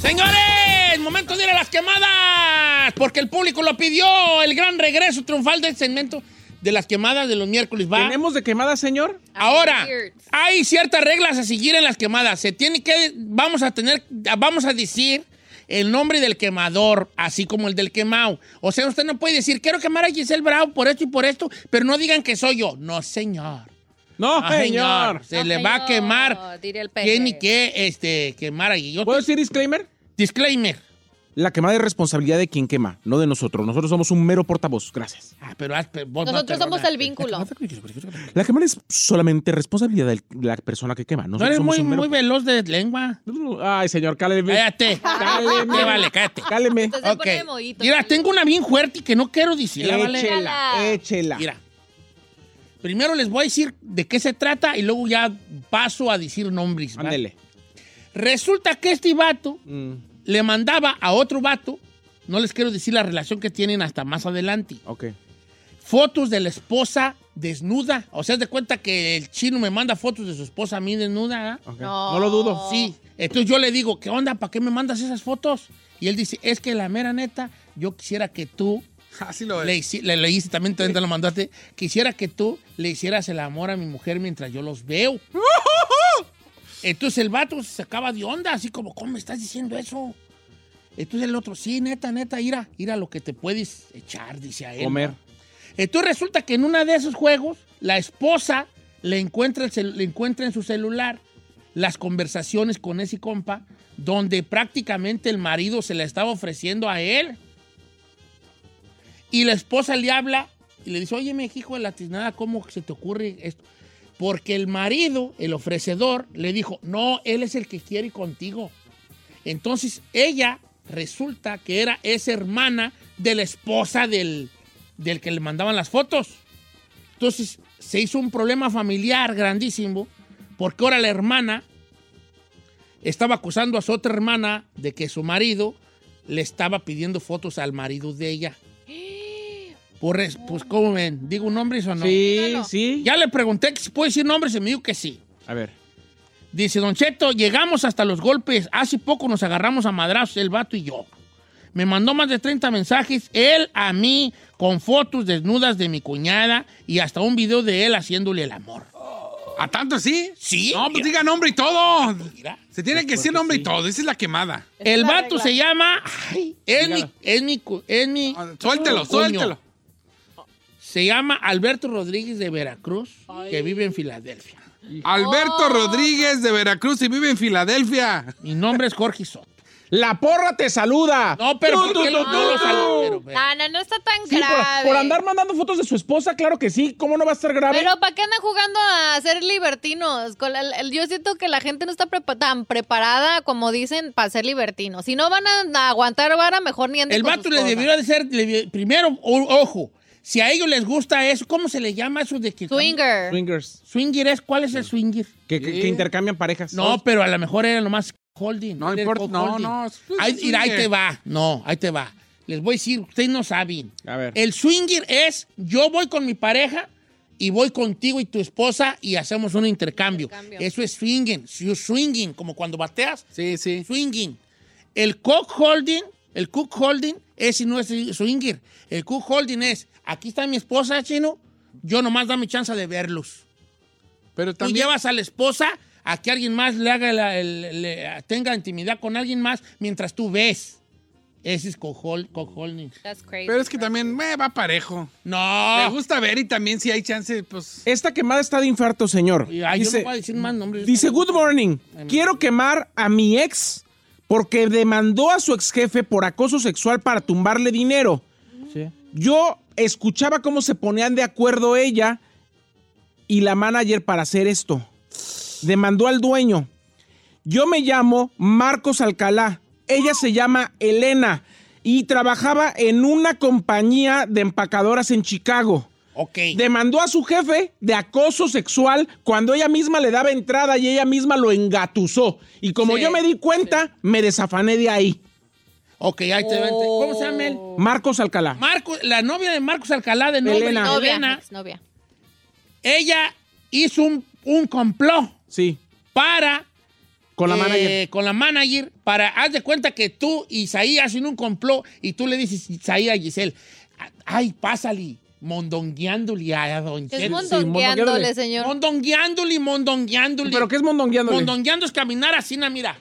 Speaker 1: Señores, momento de ir a las quemadas, porque el público lo pidió, el gran regreso triunfal del segmento de las quemadas de los miércoles. Va.
Speaker 3: ¿Tenemos de quemada, señor?
Speaker 1: Ahora,
Speaker 2: Weird.
Speaker 1: hay ciertas reglas a seguir en las quemadas. Se tiene que, vamos a tener, vamos a decir el nombre del quemador, así como el del quemado. O sea, usted no puede decir, quiero quemar a Giselle Bravo por esto y por esto, pero no digan que soy yo. No, señor.
Speaker 3: No,
Speaker 1: No,
Speaker 3: señor.
Speaker 1: Se
Speaker 2: No,
Speaker 1: le va a
Speaker 2: señor,
Speaker 1: quemar.
Speaker 2: diría el peje.
Speaker 1: Tiene que este, quemar a Guillote.
Speaker 3: ¿Puedo decir disclaimer?
Speaker 1: Disclaimer.
Speaker 3: La quemada es responsabilidad de quien quema, no de nosotros. Nosotros somos un mero portavoz. Gracias.
Speaker 1: Ah, pero, haz- pero vos no
Speaker 2: Nosotros
Speaker 1: te
Speaker 2: somos
Speaker 1: rogas.
Speaker 2: el vínculo.
Speaker 3: La quemada es solamente responsabilidad de la persona que quema.
Speaker 1: No
Speaker 3: Nosotros
Speaker 1: eres
Speaker 3: somos
Speaker 1: muy,
Speaker 3: un mero- (laughs)
Speaker 1: muy veloz de lengua.
Speaker 3: Ay, señor, cáleme.
Speaker 1: Cállate.
Speaker 3: Cáleme.
Speaker 1: Te vale, cállate.
Speaker 3: Cáleme.
Speaker 2: Entonces, se
Speaker 1: Ok.
Speaker 2: pone de modito,
Speaker 1: Mira,
Speaker 2: chiquillo.
Speaker 1: tengo una bien fuerte que no quiero decirla, ¿vale?
Speaker 3: Échela, échela.
Speaker 1: Mira. Primero les voy a decir de qué se trata y luego ya paso a decir nombres. ¿va?
Speaker 3: Ándele.
Speaker 1: Resulta que este vato
Speaker 3: Mm,
Speaker 1: le mandaba a otro vato, no les quiero decir la relación que tienen hasta más adelante,
Speaker 3: ok.
Speaker 1: fotos de la esposa desnuda. O sea, haz de cuenta que el chino me manda fotos de su esposa a mí desnuda. ¿ah?
Speaker 3: ok.
Speaker 2: No.
Speaker 3: lo dudo.
Speaker 1: Sí. Entonces yo le digo, ¿qué onda? ¿Para qué me mandas esas fotos? Y él dice, es que la mera neta, yo quisiera que tú
Speaker 4: Así lo
Speaker 1: le,
Speaker 4: es.
Speaker 1: hici- le leíste, también te te lo mandaste. Quisiera que tú le hicieras el amor a mi mujer mientras yo los veo. Entonces el vato se sacaba de onda, así como, ¿cómo me estás diciendo eso? Entonces el otro, sí, neta, neta, ira, ira lo que te puedes echar, dice a él.
Speaker 3: Comer.
Speaker 1: Entonces resulta que en uno de esos juegos, la esposa le encuentra, el cel- le encuentra en su celular las conversaciones con ese compa, donde prácticamente el marido se la estaba ofreciendo a él. Y la esposa le habla y le dice, oye, mi hijo de la tiznada, ¿cómo se te ocurre esto? Porque el marido, el ofrecedor, le dijo, no, él es el que quiere ir contigo. Entonces ella resulta que era esa hermana de la esposa del, del que le mandaban las fotos. Entonces se hizo un problema familiar grandísimo porque ahora la hermana estaba acusando a su otra hermana de que su marido le estaba pidiendo fotos al marido de ella. Por es- pues, ¿cómo ven? ¿Digo nombres o no?
Speaker 3: Sí, sí.
Speaker 1: Ya le pregunté que si puede decir nombres y me dijo que sí.
Speaker 3: A ver.
Speaker 1: Dice Don Cheto, llegamos hasta los golpes. Hace poco nos agarramos a madrazos el vato y yo. Me mandó más de 30 mensajes, él a mí, con fotos desnudas de mi cuñada y hasta un video de él haciéndole el amor.
Speaker 4: ¿A tanto sí?
Speaker 1: Sí.
Speaker 4: No, pues diga nombre y todo.
Speaker 1: Mira.
Speaker 4: Se tiene que decir nombre y todo. Esa es la quemada.
Speaker 5: es
Speaker 1: El
Speaker 5: la
Speaker 1: vato
Speaker 5: regla.
Speaker 1: se llama... ay, es, mi, es mi... cu- Es mi...
Speaker 4: Ah, Suéltelo,
Speaker 1: Coño.
Speaker 4: suéltelo.
Speaker 1: Se llama Alberto Rodríguez de Veracruz, que vive en Filadelfia.
Speaker 4: Alberto Rodríguez de Veracruz y vive en Filadelfia.
Speaker 1: Mi nombre es Jorge Soto.
Speaker 3: La porra te saluda.
Speaker 1: No, pero
Speaker 3: Tú,
Speaker 1: ¿por qué
Speaker 3: tú,
Speaker 1: lo-
Speaker 3: tú,
Speaker 1: no lo
Speaker 3: tú.
Speaker 1: saludo? Pero, pues. pero-
Speaker 2: No, no, no está tan
Speaker 3: Sí, por-
Speaker 2: grave.
Speaker 3: por, andar mandando fotos de su esposa, claro que sí. ¿Cómo no va a estar grave?
Speaker 2: Pero ¿para qué andan jugando a ser libertinos? Con la- el- yo siento que la gente no está prepa- tan preparada como dicen para ser libertinos. Si no van a aguantar vara, mejor ni anden
Speaker 1: El
Speaker 2: con
Speaker 1: vato
Speaker 2: sus
Speaker 1: le
Speaker 2: cosas.
Speaker 1: debió de ser, le debió- primero, o- ojo, si a ellos les gusta eso, ¿cómo se le llama eso de que...
Speaker 2: Swinger.
Speaker 3: Swingers.
Speaker 1: Swinger es, ¿cuál es el swinger?
Speaker 3: Que, que- que intercambian parejas.
Speaker 1: No, pero a lo mejor era nomás holding.
Speaker 4: No
Speaker 1: era
Speaker 4: importa, no,
Speaker 1: holding.
Speaker 4: no.
Speaker 1: Ahí, mira, ahí
Speaker 4: Swinger.
Speaker 1: te va, no, ahí te va. Les voy a decir, ustedes no saben.
Speaker 3: A ver.
Speaker 1: El swinger es, yo voy con mi pareja y voy contigo y tu esposa y hacemos un intercambio.
Speaker 2: Intercambio.
Speaker 1: Eso es swinging, you swinging, como cuando bateas,
Speaker 4: Sí, sí.
Speaker 1: swinging. El cook holding, el cook holding es si no es swinger. El cook holding es, aquí está mi esposa, chino, yo nomás dame chance de verlos.
Speaker 4: Pero
Speaker 1: Tú
Speaker 4: también.
Speaker 1: llevas a la esposa a que alguien más le haga la- el- le- tenga intimidad con alguien más mientras tú ves. Ese es cohol- coholding.
Speaker 2: That's crazy.
Speaker 4: Pero es que también me va parejo. Me
Speaker 1: No.
Speaker 4: gusta ver y también si hay chance, pues.
Speaker 3: Esta quemada está de infarto, señor.
Speaker 1: Ay, yo
Speaker 3: Dice-
Speaker 1: no voy a decir más nombres.
Speaker 3: Dice, good morning, quiero quemar a mi ex porque demandó a su ex jefe por acoso sexual para tumbarle dinero. Yo escuchaba cómo se ponían de acuerdo ella y la manager para hacer esto. Demandó al dueño. Yo me llamo Marcos Alcalá. Ella se llama Elena y trabajaba en una compañía de empacadoras en Chicago
Speaker 1: Ok.
Speaker 3: demandó a su jefe de acoso sexual cuando ella misma le daba entrada y ella misma lo engatusó. Y como
Speaker 2: Sí,
Speaker 3: yo me di cuenta, me desafané de ahí.
Speaker 1: Ok, ahí te va. ¿Cómo se llama él?
Speaker 2: Oh.
Speaker 3: Marcos Alcalá.
Speaker 1: Marcos, la novia de Marcos Alcalá de nombre
Speaker 3: Elena.
Speaker 2: novia,
Speaker 1: Elena,
Speaker 2: novia.
Speaker 1: ella hizo un, un complot
Speaker 3: sí,
Speaker 1: para
Speaker 3: con la
Speaker 1: eh,
Speaker 3: manager.
Speaker 1: Con la manager, para, haz de cuenta que tú, Isaí, hacen un complot y tú le dices, Isaí, a Giselle, ay, pásale, mondongueándole a Don
Speaker 2: Es
Speaker 1: Cheto".
Speaker 3: mondongueándole.
Speaker 2: mondongueándole, señor.
Speaker 1: Mondongueándole, mondongueándole.
Speaker 3: ¿Pero qué es mondongueándole?
Speaker 1: Mondongueando es caminar así, na, mira.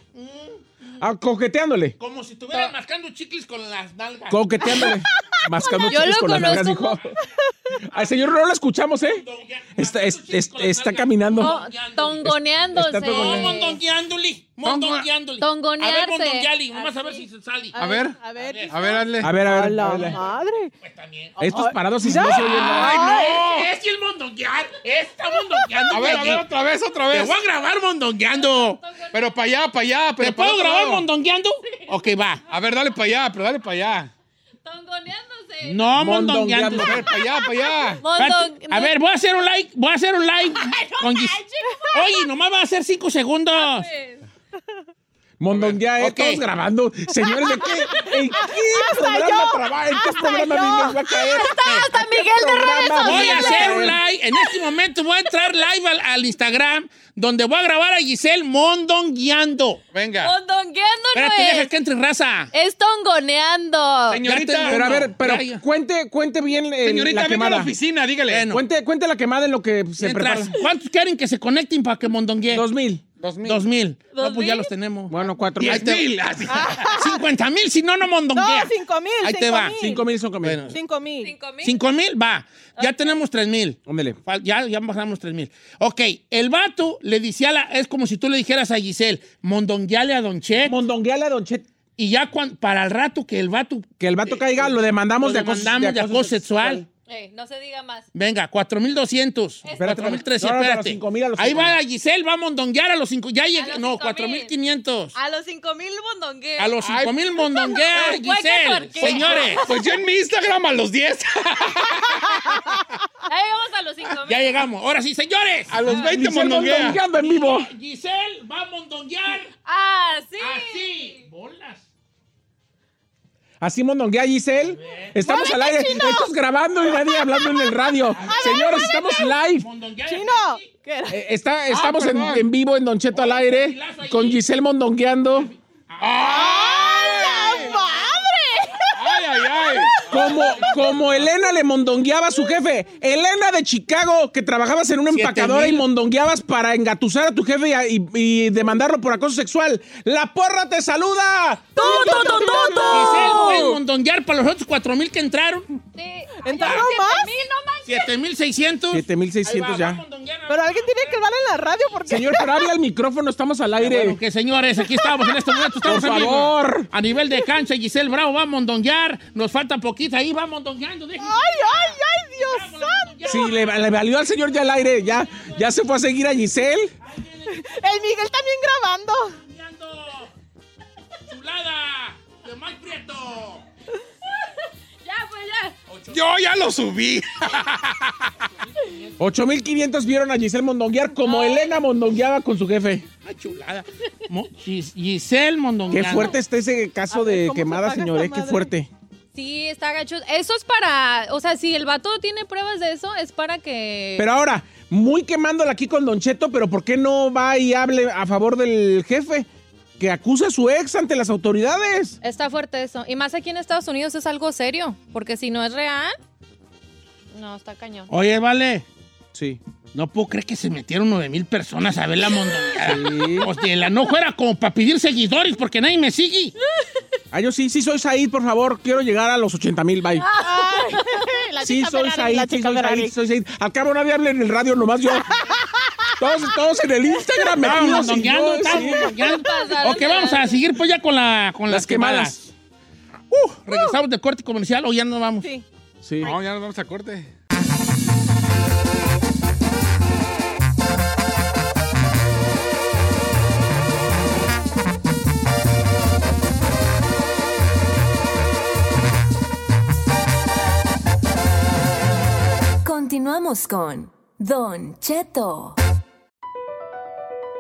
Speaker 3: Ah, coqueteándole.
Speaker 1: Como si
Speaker 3: Ah.
Speaker 1: estuvieran mascando chicles con las
Speaker 2: (laughs)
Speaker 1: nalgas.
Speaker 3: Coqueteándole. Mascando
Speaker 2: Yo lo
Speaker 3: chiles con las nalgas,
Speaker 2: conozco
Speaker 3: dijo. (laughs) Al señor no lo escuchamos, ¿eh?
Speaker 1: Mondonguea-
Speaker 3: Está,
Speaker 1: mascando
Speaker 3: es-
Speaker 1: chicles
Speaker 3: es-
Speaker 1: con las
Speaker 3: está
Speaker 1: nalgas.
Speaker 3: caminando.
Speaker 2: To- Tongoneándose.
Speaker 3: Está
Speaker 1: No,
Speaker 3: tongoneando.
Speaker 1: mondongueándole, mondongueándole. A ver,
Speaker 2: Tongonearse.
Speaker 1: mondongueale, nomás a ver si se sale.
Speaker 4: A ver,
Speaker 5: A ver,
Speaker 4: a ver, hazle.
Speaker 3: A ver, a ver.
Speaker 5: a la
Speaker 3: hazle.
Speaker 5: madre.
Speaker 1: Pues también.
Speaker 3: Estos parados y no se oyen nada.
Speaker 1: ¡Ay, no! Es el mondonguear. Está mondongueando.
Speaker 4: A ver, a
Speaker 1: güey.
Speaker 4: ver, otra vez, otra
Speaker 1: Te
Speaker 4: vez.
Speaker 1: voy a grabar mondongueando.
Speaker 4: Pero para allá, para allá. Pero
Speaker 1: ¿Te
Speaker 4: para
Speaker 1: puedo
Speaker 4: otro
Speaker 1: grabar
Speaker 4: lado.
Speaker 1: mondongueando? Ok, va.
Speaker 4: A ver, dale para allá, pero dale para allá.
Speaker 2: Tongoneándose.
Speaker 1: No,
Speaker 3: Mondongueando.
Speaker 1: mondongueando.
Speaker 4: A ver, para allá, para allá.
Speaker 2: Mondon-
Speaker 1: Espérate, A ver, voy a hacer un like. Voy a hacer un like. con Gis- Oye, nomás va a hacer cinco segundos.
Speaker 3: Mondonguea, eh,
Speaker 1: Ok.
Speaker 3: todos grabando. Señores, ¿de qué? ¿En qué programa trabaja? ¿En qué programa niños va a caer?
Speaker 2: Hasta Miguel de Redes
Speaker 3: Programa
Speaker 1: Voy a
Speaker 3: niños va
Speaker 1: hacer un
Speaker 3: caer.
Speaker 1: like. En este momento voy a entrar live al, al Instagram donde voy a grabar a Giselle mondongueando.
Speaker 4: Venga.
Speaker 2: Mondongueando no
Speaker 1: Espérate, deja
Speaker 2: es.
Speaker 1: que entre raza.
Speaker 2: Es tongoneando.
Speaker 1: Ya
Speaker 4: Señorita,
Speaker 1: te-
Speaker 3: Pero a ver, pero
Speaker 1: Ya, ya.
Speaker 3: cuente, cuente bien el-
Speaker 4: señorita,
Speaker 3: la
Speaker 4: venga a la
Speaker 3: quemada.
Speaker 4: oficina, dígale.
Speaker 1: Bueno.
Speaker 3: Cuente, cuente la quemada en lo que se
Speaker 1: Mientras,
Speaker 3: prepara.
Speaker 1: ¿Cuántos quieren que se conecten para que mondonguee?
Speaker 3: Dos mil.
Speaker 4: Dos mil.
Speaker 1: Dos mil. No,
Speaker 2: ¿Dos
Speaker 1: pues ya
Speaker 2: mil?
Speaker 1: los tenemos.
Speaker 3: Bueno, cuatro
Speaker 4: Diez
Speaker 3: mil.
Speaker 4: mil.
Speaker 1: 50 mil, si no, no
Speaker 5: No,
Speaker 1: mondonguea.
Speaker 5: cinco mil.
Speaker 1: Ahí
Speaker 5: cinco
Speaker 1: te va.
Speaker 5: mil.
Speaker 3: Cinco mil son mil.
Speaker 1: Bueno.
Speaker 5: Cinco mil.
Speaker 2: Cinco mil.
Speaker 1: 5 mil, va. Ya tenemos 3 mil.
Speaker 3: Ándale.
Speaker 1: Fal- Ya, ya bajamos 3 mil. Ok, el vato le decía, a la, es como si tú le dijeras a Giselle, mondongueale a Don Che.
Speaker 3: Mondongueale a Don Chet.
Speaker 1: y ya cuan- para el rato que el vato
Speaker 3: Que el vato caiga, lo demandamos
Speaker 1: lo
Speaker 3: de acoso,
Speaker 1: demandamos de acoso sexual.
Speaker 2: Ey, no se diga más.
Speaker 1: Venga, 4200.
Speaker 3: Espérate,
Speaker 1: 4300,
Speaker 3: no, no, no,
Speaker 1: espérate.
Speaker 3: los 5,000 a los
Speaker 1: Ahí
Speaker 3: 5,000.
Speaker 1: va Giselle, va a mondonguear a los 5. Ya llega,
Speaker 2: los
Speaker 1: no,
Speaker 2: 5,000.
Speaker 1: 4500.
Speaker 2: A los 5000 mondongueos.
Speaker 1: A los 5000 mondonguea
Speaker 2: Güey, qué
Speaker 1: Giselle.
Speaker 2: porquería.
Speaker 1: Señores,
Speaker 4: Pues yo en mi Instagram a los 10.
Speaker 2: Ahí vamos a los 5000.
Speaker 1: ya llegamos. Ahora sí, señores.
Speaker 4: A los 20
Speaker 3: Giselle
Speaker 4: mondonguea.
Speaker 3: Mondongueando en vivo.
Speaker 1: Giselle va a mondonguear
Speaker 2: Ah, sí.
Speaker 1: así. Bolas.
Speaker 3: Así mondonguea Giselle. Estamos al aire. Estamos grabando y nadie hablando en el radio. Señores, estamos live.
Speaker 1: Mondonguear.
Speaker 5: Chino. ¿qué (laughs) era?
Speaker 3: Eh, está- estamos en,
Speaker 4: Ah, perdón.
Speaker 3: en vivo en Don Cheto al aire
Speaker 1: filazo ahí.
Speaker 3: con Giselle mondongueando.
Speaker 4: ¡Ay! ¡Ay, ay, ay!
Speaker 3: Como, como Elena le mondongueaba a su jefe. Elena de Chicago, que trabajabas en una
Speaker 1: Siete
Speaker 3: empacadora
Speaker 1: mil.
Speaker 3: y mondongueabas para engatusar a tu jefe y a- y, y demandarlo por acoso sexual. ¡La porra te saluda!
Speaker 1: Giselle puede mondonguear para los otros 4000 que entraron.
Speaker 2: Sí.
Speaker 5: ¿Entraron
Speaker 2: Ay,
Speaker 5: más?
Speaker 2: 7000, no manches.
Speaker 1: ¿7600?
Speaker 3: 7600 ya.
Speaker 5: Pero alguien tiene que hablar en la radio porque...
Speaker 3: Señor, pero hable al micrófono, estamos al
Speaker 5: Ah,
Speaker 3: aire.
Speaker 1: Bueno, que señores, aquí estamos en este momento. Estamos
Speaker 3: Por
Speaker 1: en vivo.
Speaker 3: favor.
Speaker 1: A nivel de cancha, Giselle Bravo va a mondonguear. Nos falta poquita ahí, va mondongueando. dejen-
Speaker 5: ¡Ay, ay, ay, Dios
Speaker 1: Vámonos,
Speaker 5: santo!
Speaker 3: Sí, le, le valió al señor ya al aire, ya, ya se fue a seguir a Giselle.
Speaker 5: El Miguel también grabando.
Speaker 1: mondongueando. ¡Chulada! ¡De Mike Prieto!
Speaker 2: Ya, pues ya.
Speaker 4: Yo ya lo subí.
Speaker 3: 8500 vieron a Giselle mondonguear como Elena mondongueaba con su jefe.
Speaker 1: ¡Ay, Ah, chulada! Mo- Gis- Giselle
Speaker 3: Qué
Speaker 1: mondongueando.
Speaker 3: fuerte está ese
Speaker 5: A
Speaker 3: caso
Speaker 5: ver,
Speaker 3: de
Speaker 5: ¿cómo se
Speaker 3: quemada,
Speaker 5: paga esa
Speaker 3: señor, eh, qué
Speaker 5: madre?
Speaker 3: fuerte.
Speaker 2: Sí, está gacho. Eso es para. O sea, si el vato tiene pruebas de eso, es para que.
Speaker 3: Pero ahora, muy quemándola aquí con Don Cheto, pero ¿por qué no va y hable a favor del jefe que acusa a su ex ante las autoridades?
Speaker 2: Está fuerte eso. Y más aquí en Estados Unidos es algo serio. Porque si no es real. No, está cañón.
Speaker 1: Oye, vale.
Speaker 3: Sí.
Speaker 1: No puedo creer que se metieron 9 mil personas a ver la mondongueada.
Speaker 3: Sí.
Speaker 1: Pues el enojo era como para pedir seguidores porque nadie me sigue.
Speaker 3: Ah, yo sí, sí soy Said, por favor, quiero llegar a los 80 mil, bye.
Speaker 5: Ah, (laughs)
Speaker 3: sí, soy Said, sí, soy Said, soy Said. Al cabo nadie habla en el radio, nomás yo. todos, todos en el Instagram
Speaker 1: Estábamos
Speaker 3: metidos. y
Speaker 1: mondongueando,
Speaker 3: yo,
Speaker 1: estábamos
Speaker 3: sí.
Speaker 1: mondongueando.
Speaker 2: Pasaron
Speaker 1: Ok,
Speaker 2: de
Speaker 1: vamos a
Speaker 2: lanza.
Speaker 1: seguir pues ya con, la, con las,
Speaker 3: Las
Speaker 1: quemadas.
Speaker 3: quemadas.
Speaker 1: Uh, ¿Regresamos de corte comercial o ya no vamos?
Speaker 5: Sí.
Speaker 3: Sí.
Speaker 4: No, ya nos vamos a corte.
Speaker 6: Continuamos con Don Cheto.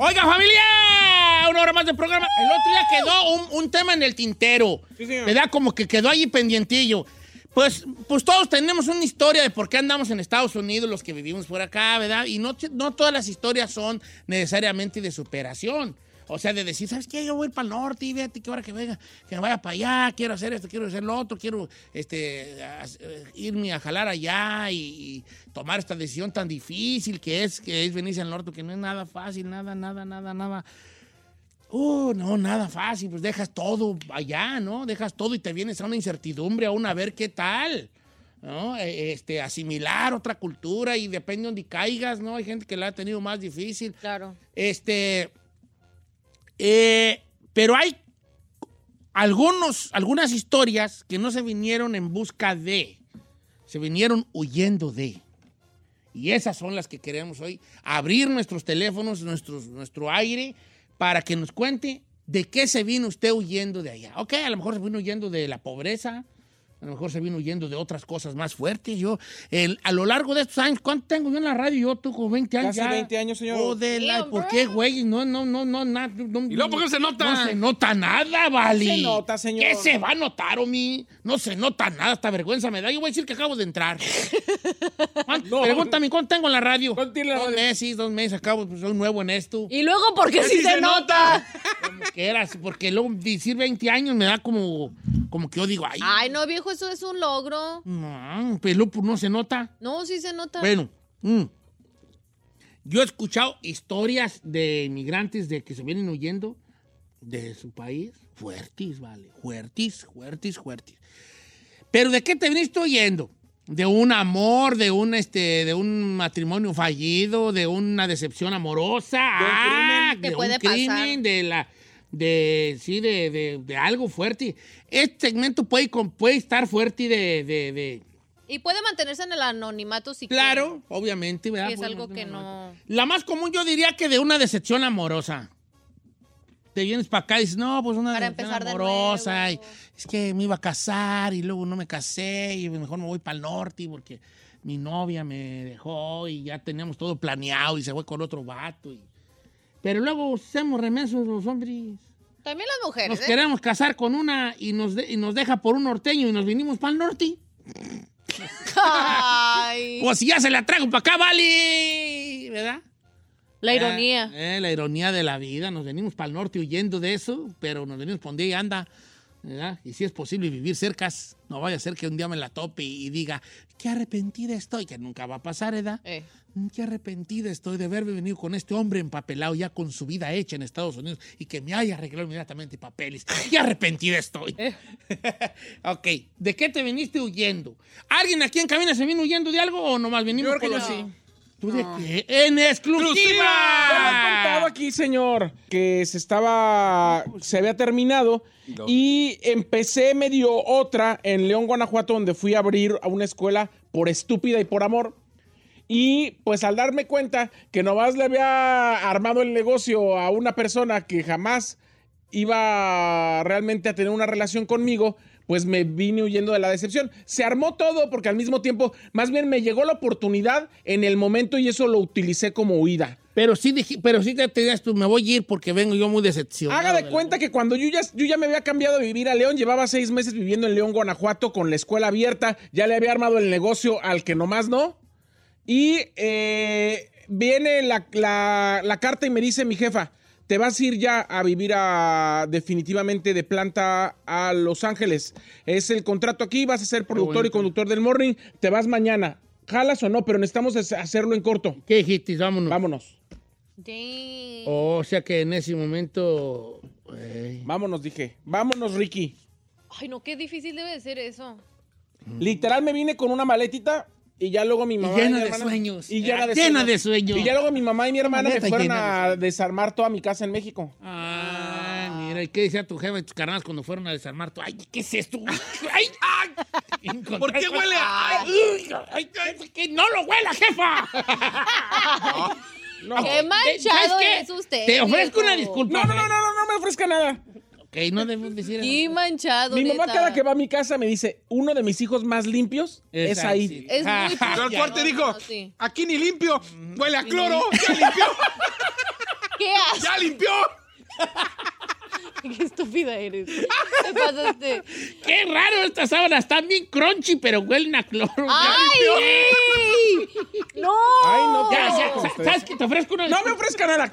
Speaker 1: Oiga, familia, una hora más de programa. El otro día quedó un, un tema en el tintero. ¿Verdad? Como que quedó allí pendientillo. Pues, pues todos tenemos una historia de por qué andamos en Estados Unidos, los que vivimos por acá, ¿verdad? Y no, te- no todas las historias son necesariamente de superación. O sea, de decir, ¿sabes qué? Yo voy a ir para el norte y fíjate que ahora que venga, que me vaya para allá, quiero hacer esto, quiero hacer lo otro, quiero este, a- eh, irme a jalar allá y, y tomar esta decisión tan difícil que es, que es venirse al norte, que no es nada fácil, nada, nada, nada, nada. Uh, no, nada fácil, pues dejas todo allá, ¿no? Dejas todo y te vienes a una incertidumbre, a una a ver qué tal, ¿no? Eh, Este, asimilar otra cultura y depende de donde caigas, ¿no? Hay gente que la ha tenido más difícil.
Speaker 2: Claro.
Speaker 1: Este, eh, pero hay algunos, algunas historias que no se vinieron en busca de, se vinieron huyendo de. Y esas son las que queremos hoy, abrir nuestros teléfonos, nuestros, nuestro aire, para que nos cuente de qué se vino usted huyendo de allá. Ok, a lo mejor se vino huyendo de la pobreza, a lo mejor se vino huyendo de otras cosas más fuertes. Yo, el- a lo largo de estos años, ¿cuánto tengo yo en la radio? Yo tengo 20 años.
Speaker 3: Casi
Speaker 1: ya.
Speaker 3: 20 años, señor.
Speaker 1: Joder, la-
Speaker 2: Damn,
Speaker 1: ¿por
Speaker 2: bro.
Speaker 1: qué, güey? No, no, no, no, na- no.
Speaker 4: ¿Y luego por qué se nota?
Speaker 1: No se nota nada, vale.
Speaker 3: Se nota, señor.
Speaker 1: ¿Qué se va a notar, Omi? No se nota nada, hasta vergüenza me da. Yo voy a decir que acabo de entrar. ¿Cuánto-
Speaker 3: No.
Speaker 1: Pregúntame, ¿cuánto tengo en la radio?
Speaker 3: ¿Cuánto tiene la
Speaker 1: Dos
Speaker 3: radio?
Speaker 1: meses, dos meses, acabo, pues, soy nuevo en esto.
Speaker 2: Y luego, porque si se, nota.
Speaker 1: Como que era, porque luego decir 20 años me da como, como que yo digo, ay,
Speaker 2: Ay, no, viejo, eso es un logro.
Speaker 1: no, pelo, pues no se nota.
Speaker 2: No, sí se nota.
Speaker 1: Bueno, mm. yo he escuchado historias de inmigrantes de que se vienen huyendo de su país. Fuertis, vale. Fuertis, fuertis, fuertis. Pero ¿de qué te viniste huyendo? de un amor, de un este, de un matrimonio fallido, de una decepción amorosa, ah,
Speaker 2: crimen.
Speaker 1: de
Speaker 2: Que
Speaker 1: un
Speaker 2: puede
Speaker 1: crimen,
Speaker 2: pasar.
Speaker 1: de la de sí, de, de- de algo fuerte. Este segmento puede, con- puede estar fuerte de, de- de-
Speaker 2: Y puede mantenerse en el anonimato si
Speaker 1: claro, obviamente, ¿verdad?
Speaker 2: quiere, si es
Speaker 1: Puede
Speaker 2: algo que no...
Speaker 1: mantener- La más común yo diría que de una decepción amorosa. Te vienes para acá y dices, no, pues una
Speaker 2: Para
Speaker 1: decepción
Speaker 2: empezar de
Speaker 1: amorosa.
Speaker 2: nuevo.
Speaker 1: y es que me iba a casar y luego no me casé y mejor me voy para el norte y porque mi novia me dejó y ya teníamos todo planeado y se fue con otro vato. y- Pero luego hacemos remensos los hombres.
Speaker 2: También las mujeres,
Speaker 1: Nos
Speaker 2: ¿eh?
Speaker 1: queremos casar con una y nos, de- y nos deja por un norteño y nos vinimos para el norte. (laughs)
Speaker 2: Ay,
Speaker 1: Pues si ya se la trago para acá, vale. ¿Verdad?
Speaker 2: la ironía.
Speaker 1: Eh, la ironía de la vida. Nos venimos para el norte huyendo de eso, pero nos venimos por donde ella anda. ¿verdad? Y si es posible vivir cercas, no vaya a ser que un día me la tope y, y diga, qué arrepentida estoy, que nunca va a pasar, ¿verdad?
Speaker 2: Eh.
Speaker 1: Mm, Qué arrepentida estoy de haberme venido con este hombre empapelado ya con su vida hecha en Estados Unidos y que me haya arreglado inmediatamente papeles. Qué arrepentida estoy.
Speaker 3: Eh.
Speaker 1: (laughs) ok, ¿de qué te viniste huyendo? ¿Alguien aquí en cabina se vino huyendo de algo o nomás venimos
Speaker 3: Yo creo
Speaker 1: con
Speaker 3: que
Speaker 1: los-
Speaker 3: no.
Speaker 1: ¿Tú de qué? ¡En exclusiva!
Speaker 3: Ya lo he contado aquí, señor, que se estaba, se había terminado y empecé medio otra en León, Guanajuato, donde fui a abrir a una escuela por estúpida y por amor. Y pues al darme cuenta que nomás le había armado el negocio a una persona que jamás iba realmente a tener una relación conmigo, pues me vine huyendo de la decepción. Se armó todo porque al mismo tiempo, más bien me llegó la oportunidad en el momento y eso lo utilicé como huida.
Speaker 1: Pero sí, dije- pero sí te tenías tú, me voy a ir porque vengo yo muy decepcionado.
Speaker 3: Haga de cuenta que cuando yo ya, yo ya me había cambiado de vivir a León, llevaba seis meses viviendo en León, Guanajuato, con la escuela abierta, ya le había armado el negocio al que nomás no. Y eh, viene la, la- la carta y me dice mi jefa, te vas a ir ya a vivir a, definitivamente de planta a Los Ángeles. Es el contrato aquí, vas a ser productor y conductor del Morning, te vas mañana. ¿Jalas o no? Pero necesitamos hace- hacerlo en corto.
Speaker 1: ¿Qué dijiste? Vámonos. Oh,
Speaker 3: Vámonos,
Speaker 2: Dang.
Speaker 1: O sea que en ese momento... eh,
Speaker 3: vámonos, dije. Vámonos, Ricky.
Speaker 2: Ay, no, qué difícil debe de ser eso.
Speaker 3: Literal me vine con una maletita y ya luego mi mamá
Speaker 1: llena
Speaker 3: mi
Speaker 1: de
Speaker 3: hermana-
Speaker 1: sueños. Ah,
Speaker 3: y llena, de,
Speaker 1: Llena
Speaker 3: sueños.
Speaker 1: de sueños.
Speaker 3: y ya luego mi mamá y mi hermana me
Speaker 1: Maleta
Speaker 3: fueron
Speaker 1: llena de
Speaker 3: a desarmar toda mi casa en México
Speaker 1: Ah, mira, ¿y qué decía tu jefa y tus carnales cuando fueron a desarmar? Tú, Ay, ¿qué es esto? Ay, ay.
Speaker 4: ¿Por qué huele a-
Speaker 1: Ay, ay, ay, que no lo huela, jefa.
Speaker 2: Qué manchado
Speaker 1: ¿Sabes qué?
Speaker 2: es usted.
Speaker 1: Te ofrezco
Speaker 2: viejo.
Speaker 1: una disculpa.
Speaker 3: no no no no no no me ofrezca nada
Speaker 1: Ok, no debemos decir
Speaker 2: Qué manchado,
Speaker 3: mi mamá
Speaker 2: neta.
Speaker 3: cada que va a mi casa me dice uno de mis hijos más limpios es,
Speaker 1: Esa,
Speaker 3: ahí
Speaker 1: sí.
Speaker 2: (laughs) Es
Speaker 1: (laughs)
Speaker 2: muy
Speaker 4: Pero el
Speaker 2: Ya,
Speaker 4: fuerte
Speaker 2: no,
Speaker 4: dijo,
Speaker 2: no, sí.
Speaker 4: aquí ni limpio, huele a cloro, ya limpió,
Speaker 2: ¿Qué haces?
Speaker 4: ya limpió.
Speaker 2: (laughs) Qué estúpida
Speaker 1: (laughs)
Speaker 2: eres. Te pasaste.
Speaker 1: Qué raro estas sábanas, están bien crunchy, pero huelen a cloro.
Speaker 2: (laughs) ¡Ay!
Speaker 1: (laughs)
Speaker 2: ¡No!
Speaker 3: Ay, no,
Speaker 1: Ya,
Speaker 3: qué
Speaker 1: ya,
Speaker 3: asco
Speaker 1: sa-
Speaker 3: ustedes.
Speaker 1: ¿sabes qué? Te ofrezco una
Speaker 3: no me ofrezca nada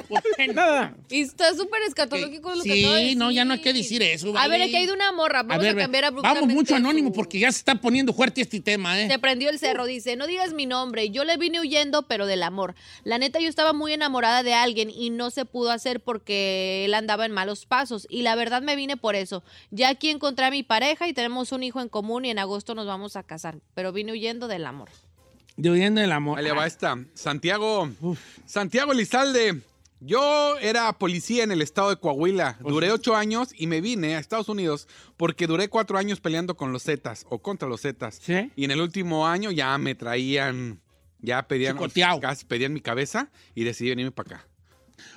Speaker 3: nada
Speaker 2: Y está súper
Speaker 1: Ok,
Speaker 2: escatológico lo que
Speaker 1: sí,
Speaker 2: acaba de decir.
Speaker 1: no, ya no hay que decir eso,
Speaker 2: A ver,
Speaker 1: vale.
Speaker 2: aquí hay de una morra. Vamos a,
Speaker 1: ver,
Speaker 2: cambiar
Speaker 1: ve,
Speaker 2: abruptamente.
Speaker 1: Vamos mucho anónimo
Speaker 2: su-
Speaker 1: porque ya se está poniendo fuerte este tema, ¿eh?
Speaker 2: Se prendió el cerro, dice, no digas mi nombre, yo le vine huyendo, pero del amor. La neta, yo estaba muy enamorada de alguien y no se pudo hacer porque él andaba en malos pasos. Y la verdad me vine por eso. Ya aquí encontré a mi pareja y tenemos un hijo en común y en agosto nos vamos a casar. Pero vine huyendo del amor.
Speaker 1: De huyendo del amor. Ah,
Speaker 4: Ahí le va este. esta. Santiago, Santiago Elizalde. Yo era policía en el estado de Coahuila. Duré ocho años y me vine a Estados Unidos porque duré cuatro años peleando con los Zetas o contra los Zetas.
Speaker 1: Sí.
Speaker 4: Y en el último año ya me traían, ya pedían,
Speaker 1: Chicoteado.
Speaker 4: casi pedían mi cabeza y decidí venirme para acá,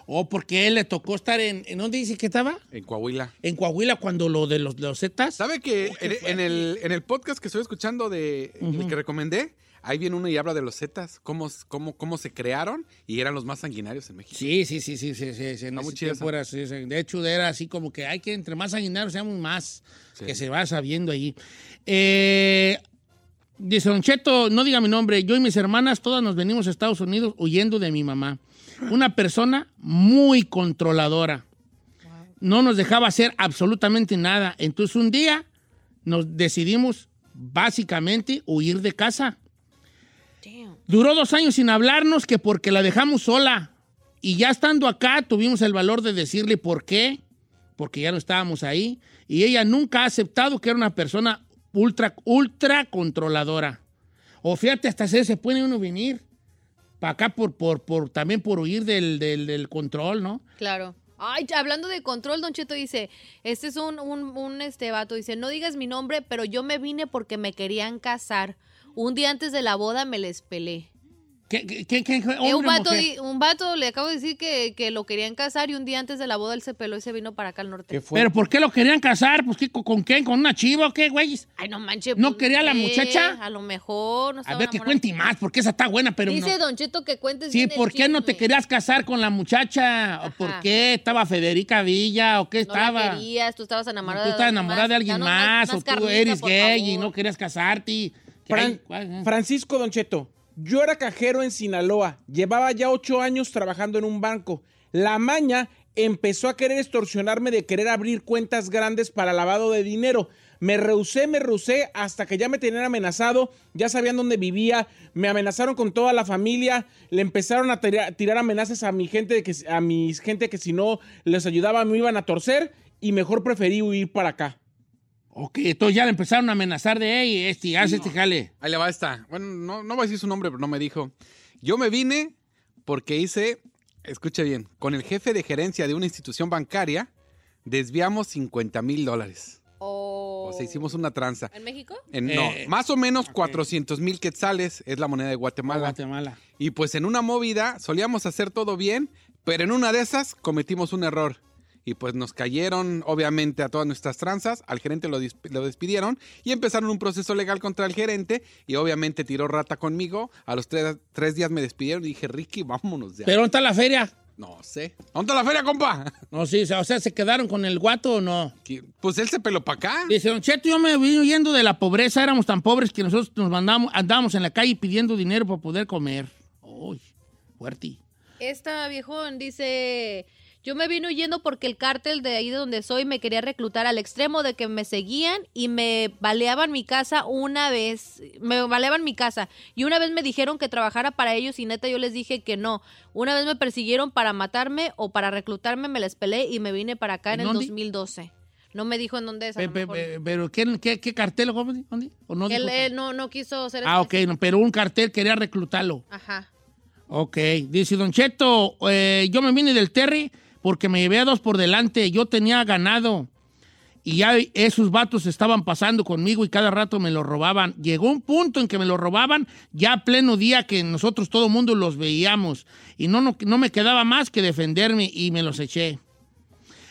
Speaker 1: O Oh, porque él le tocó estar en, ¿en dónde dice que estaba?
Speaker 4: en Coahuila.
Speaker 1: En Coahuila cuando lo de los, de los Zetas.
Speaker 4: ¿Sabe que en, en el, en el podcast que estoy escuchando de el que recomendé, ahí viene uno y habla de los Zetas, cómo, cómo, cómo se crearon y eran los más sanguinarios en México.
Speaker 1: Sí, sí, sí, sí, sí, sí, sí, en
Speaker 4: Está muy
Speaker 1: ese
Speaker 4: chida
Speaker 1: tiempo
Speaker 4: esa.
Speaker 1: era así, sí, De hecho, era así como que hay que entre más sanguinarios seamos más,
Speaker 4: Sí.
Speaker 1: que se va sabiendo ahí. Eh, dice Don Cheto, no diga mi nombre, yo y mis hermanas todas nos venimos a Estados Unidos huyendo de mi mamá. Una persona muy controladora. No nos dejaba hacer absolutamente nada. Entonces un día nos decidimos básicamente huir de casa. Duró dos años sin hablarnos que porque la dejamos sola. Y ya estando acá tuvimos el valor de decirle por qué, porque ya no estábamos ahí. Y ella nunca ha aceptado que era una persona ultra, ultra controladora. O fíjate, hasta se, se puede uno venir para acá por, por, por, también por huir del, del, del control, ¿no?
Speaker 2: Claro. Ay, hablando de control, Don Cheto dice, este es un, un, un, este vato, dice, no digas mi nombre, pero yo me vine porque me querían casar. Un día antes de la boda me les pelé.
Speaker 1: ¿Qué, qué, qué, qué
Speaker 2: Eh,
Speaker 1: hombre,
Speaker 2: un, vato,
Speaker 1: mujer?
Speaker 2: di- un vato le acabo de decir que, que lo querían casar y un día antes de la boda él se peló y se vino para acá al norte.
Speaker 3: ¿Qué fue?
Speaker 1: ¿Pero por qué lo querían casar? Pues, ¿qué, con, con quién? ¿Con una chiva o qué, güey?
Speaker 2: Ay, no manches.
Speaker 1: ¿No
Speaker 2: pues,
Speaker 1: quería la
Speaker 2: eh,
Speaker 1: muchacha?
Speaker 2: A lo mejor. No
Speaker 1: A
Speaker 2: estaba
Speaker 1: ver, que
Speaker 2: enamorada.
Speaker 1: cuente más, porque esa está buena, pero no.
Speaker 2: Dice Don Cheto que cuentes
Speaker 1: Sí,
Speaker 2: bien el
Speaker 1: ¿por qué no te
Speaker 2: chisme.
Speaker 1: querías casar con la muchacha? ¿O por qué estaba Federica Villa? ¿O qué
Speaker 2: No la
Speaker 1: estaba?
Speaker 2: querías, tú estabas enamorada
Speaker 1: Pues, tú estás enamorada de alguien
Speaker 2: danos
Speaker 1: más, o tú
Speaker 2: carnita,
Speaker 1: eres
Speaker 2: por
Speaker 1: gay y
Speaker 2: favor.
Speaker 1: no querías casarte. Que
Speaker 3: Fran-
Speaker 1: hay- ¿cuál? eh?
Speaker 3: Francisco Doncheto, yo era cajero en Sinaloa, llevaba ya ocho años trabajando en un banco. La maña empezó a querer extorsionarme de querer abrir cuentas grandes para lavado de dinero. Me rehusé, me rehusé hasta que ya me tenían amenazado, ya sabían dónde vivía, me amenazaron con toda la familia, le empezaron a tira- tirar amenazas a mi gente de que si- a mis gente que si no les ayudaba me iban a torcer y mejor preferí huir para acá.
Speaker 1: Ok, entonces ya le empezaron a amenazar de, hey, este, haz este jale.
Speaker 4: Ahí le va esta. Bueno, no, no voy a decir su nombre, pero no me dijo. Yo me vine porque hice, escuche bien, con el jefe de gerencia de una institución bancaria, desviamos 50 mil dólares.
Speaker 2: O-
Speaker 4: O sea, hicimos una tranza.
Speaker 2: ¿En México?
Speaker 4: En-
Speaker 1: Eh,
Speaker 4: no, más o menos 400 mil quetzales es la moneda de Guatemala.
Speaker 1: Oh, Guatemala.
Speaker 4: Y pues en una movida solíamos hacer todo bien, pero en una de esas cometimos un error. Y pues nos cayeron, obviamente, a todas nuestras tranzas. Al gerente lo, disp- lo despidieron y empezaron un proceso legal contra el gerente. Y obviamente tiró rata conmigo. A los tres, tres días me despidieron y dije, Ricky, vámonos de aquí".
Speaker 1: ¿Pero dónde está la feria?
Speaker 4: No sé. ¿Dónde está la feria, compa? (laughs)
Speaker 1: No, sí, o sea, o sea, ¿se quedaron con el guato o no?
Speaker 4: Que- Pues él se peló para acá.
Speaker 1: Dice, Don Cheto, yo me vine huyendo de la pobreza, éramos tan pobres que nosotros nos mandamos, andábamos en la calle pidiendo dinero para poder comer. Uy, fuerte.
Speaker 2: Esta viejón dice, yo me vine huyendo porque el cártel de ahí de donde soy me quería reclutar al extremo de que me seguían y me baleaban mi casa una vez, me baleaban mi casa y una vez me dijeron que trabajara para ellos y neta yo les dije que no. Una vez me persiguieron para matarme o para reclutarme, me les pelé y me vine para acá
Speaker 1: ¿En
Speaker 2: en, el
Speaker 1: dónde?
Speaker 2: 2012. No me dijo en dónde es. a
Speaker 1: Pe-
Speaker 2: lo
Speaker 1: pe-
Speaker 2: mejor.
Speaker 1: pe- ¿Pero qué, qué, qué cartel? ¿Cómo di- dónde? ¿O no
Speaker 2: Él,
Speaker 1: dijo
Speaker 2: él no, no quiso ser
Speaker 1: Ah, ok, no, pero un cartel quería reclutarlo.
Speaker 2: Ajá.
Speaker 1: Ok, dice Don Cheto, eh, yo me vine del Terry porque me llevé a dos por delante, yo tenía ganado y ya esos vatos estaban pasando conmigo y cada rato me lo robaban. Llegó un punto en que me lo robaban ya a pleno día que nosotros todo mundo los veíamos y no, no, no me quedaba más que defenderme y me los eché.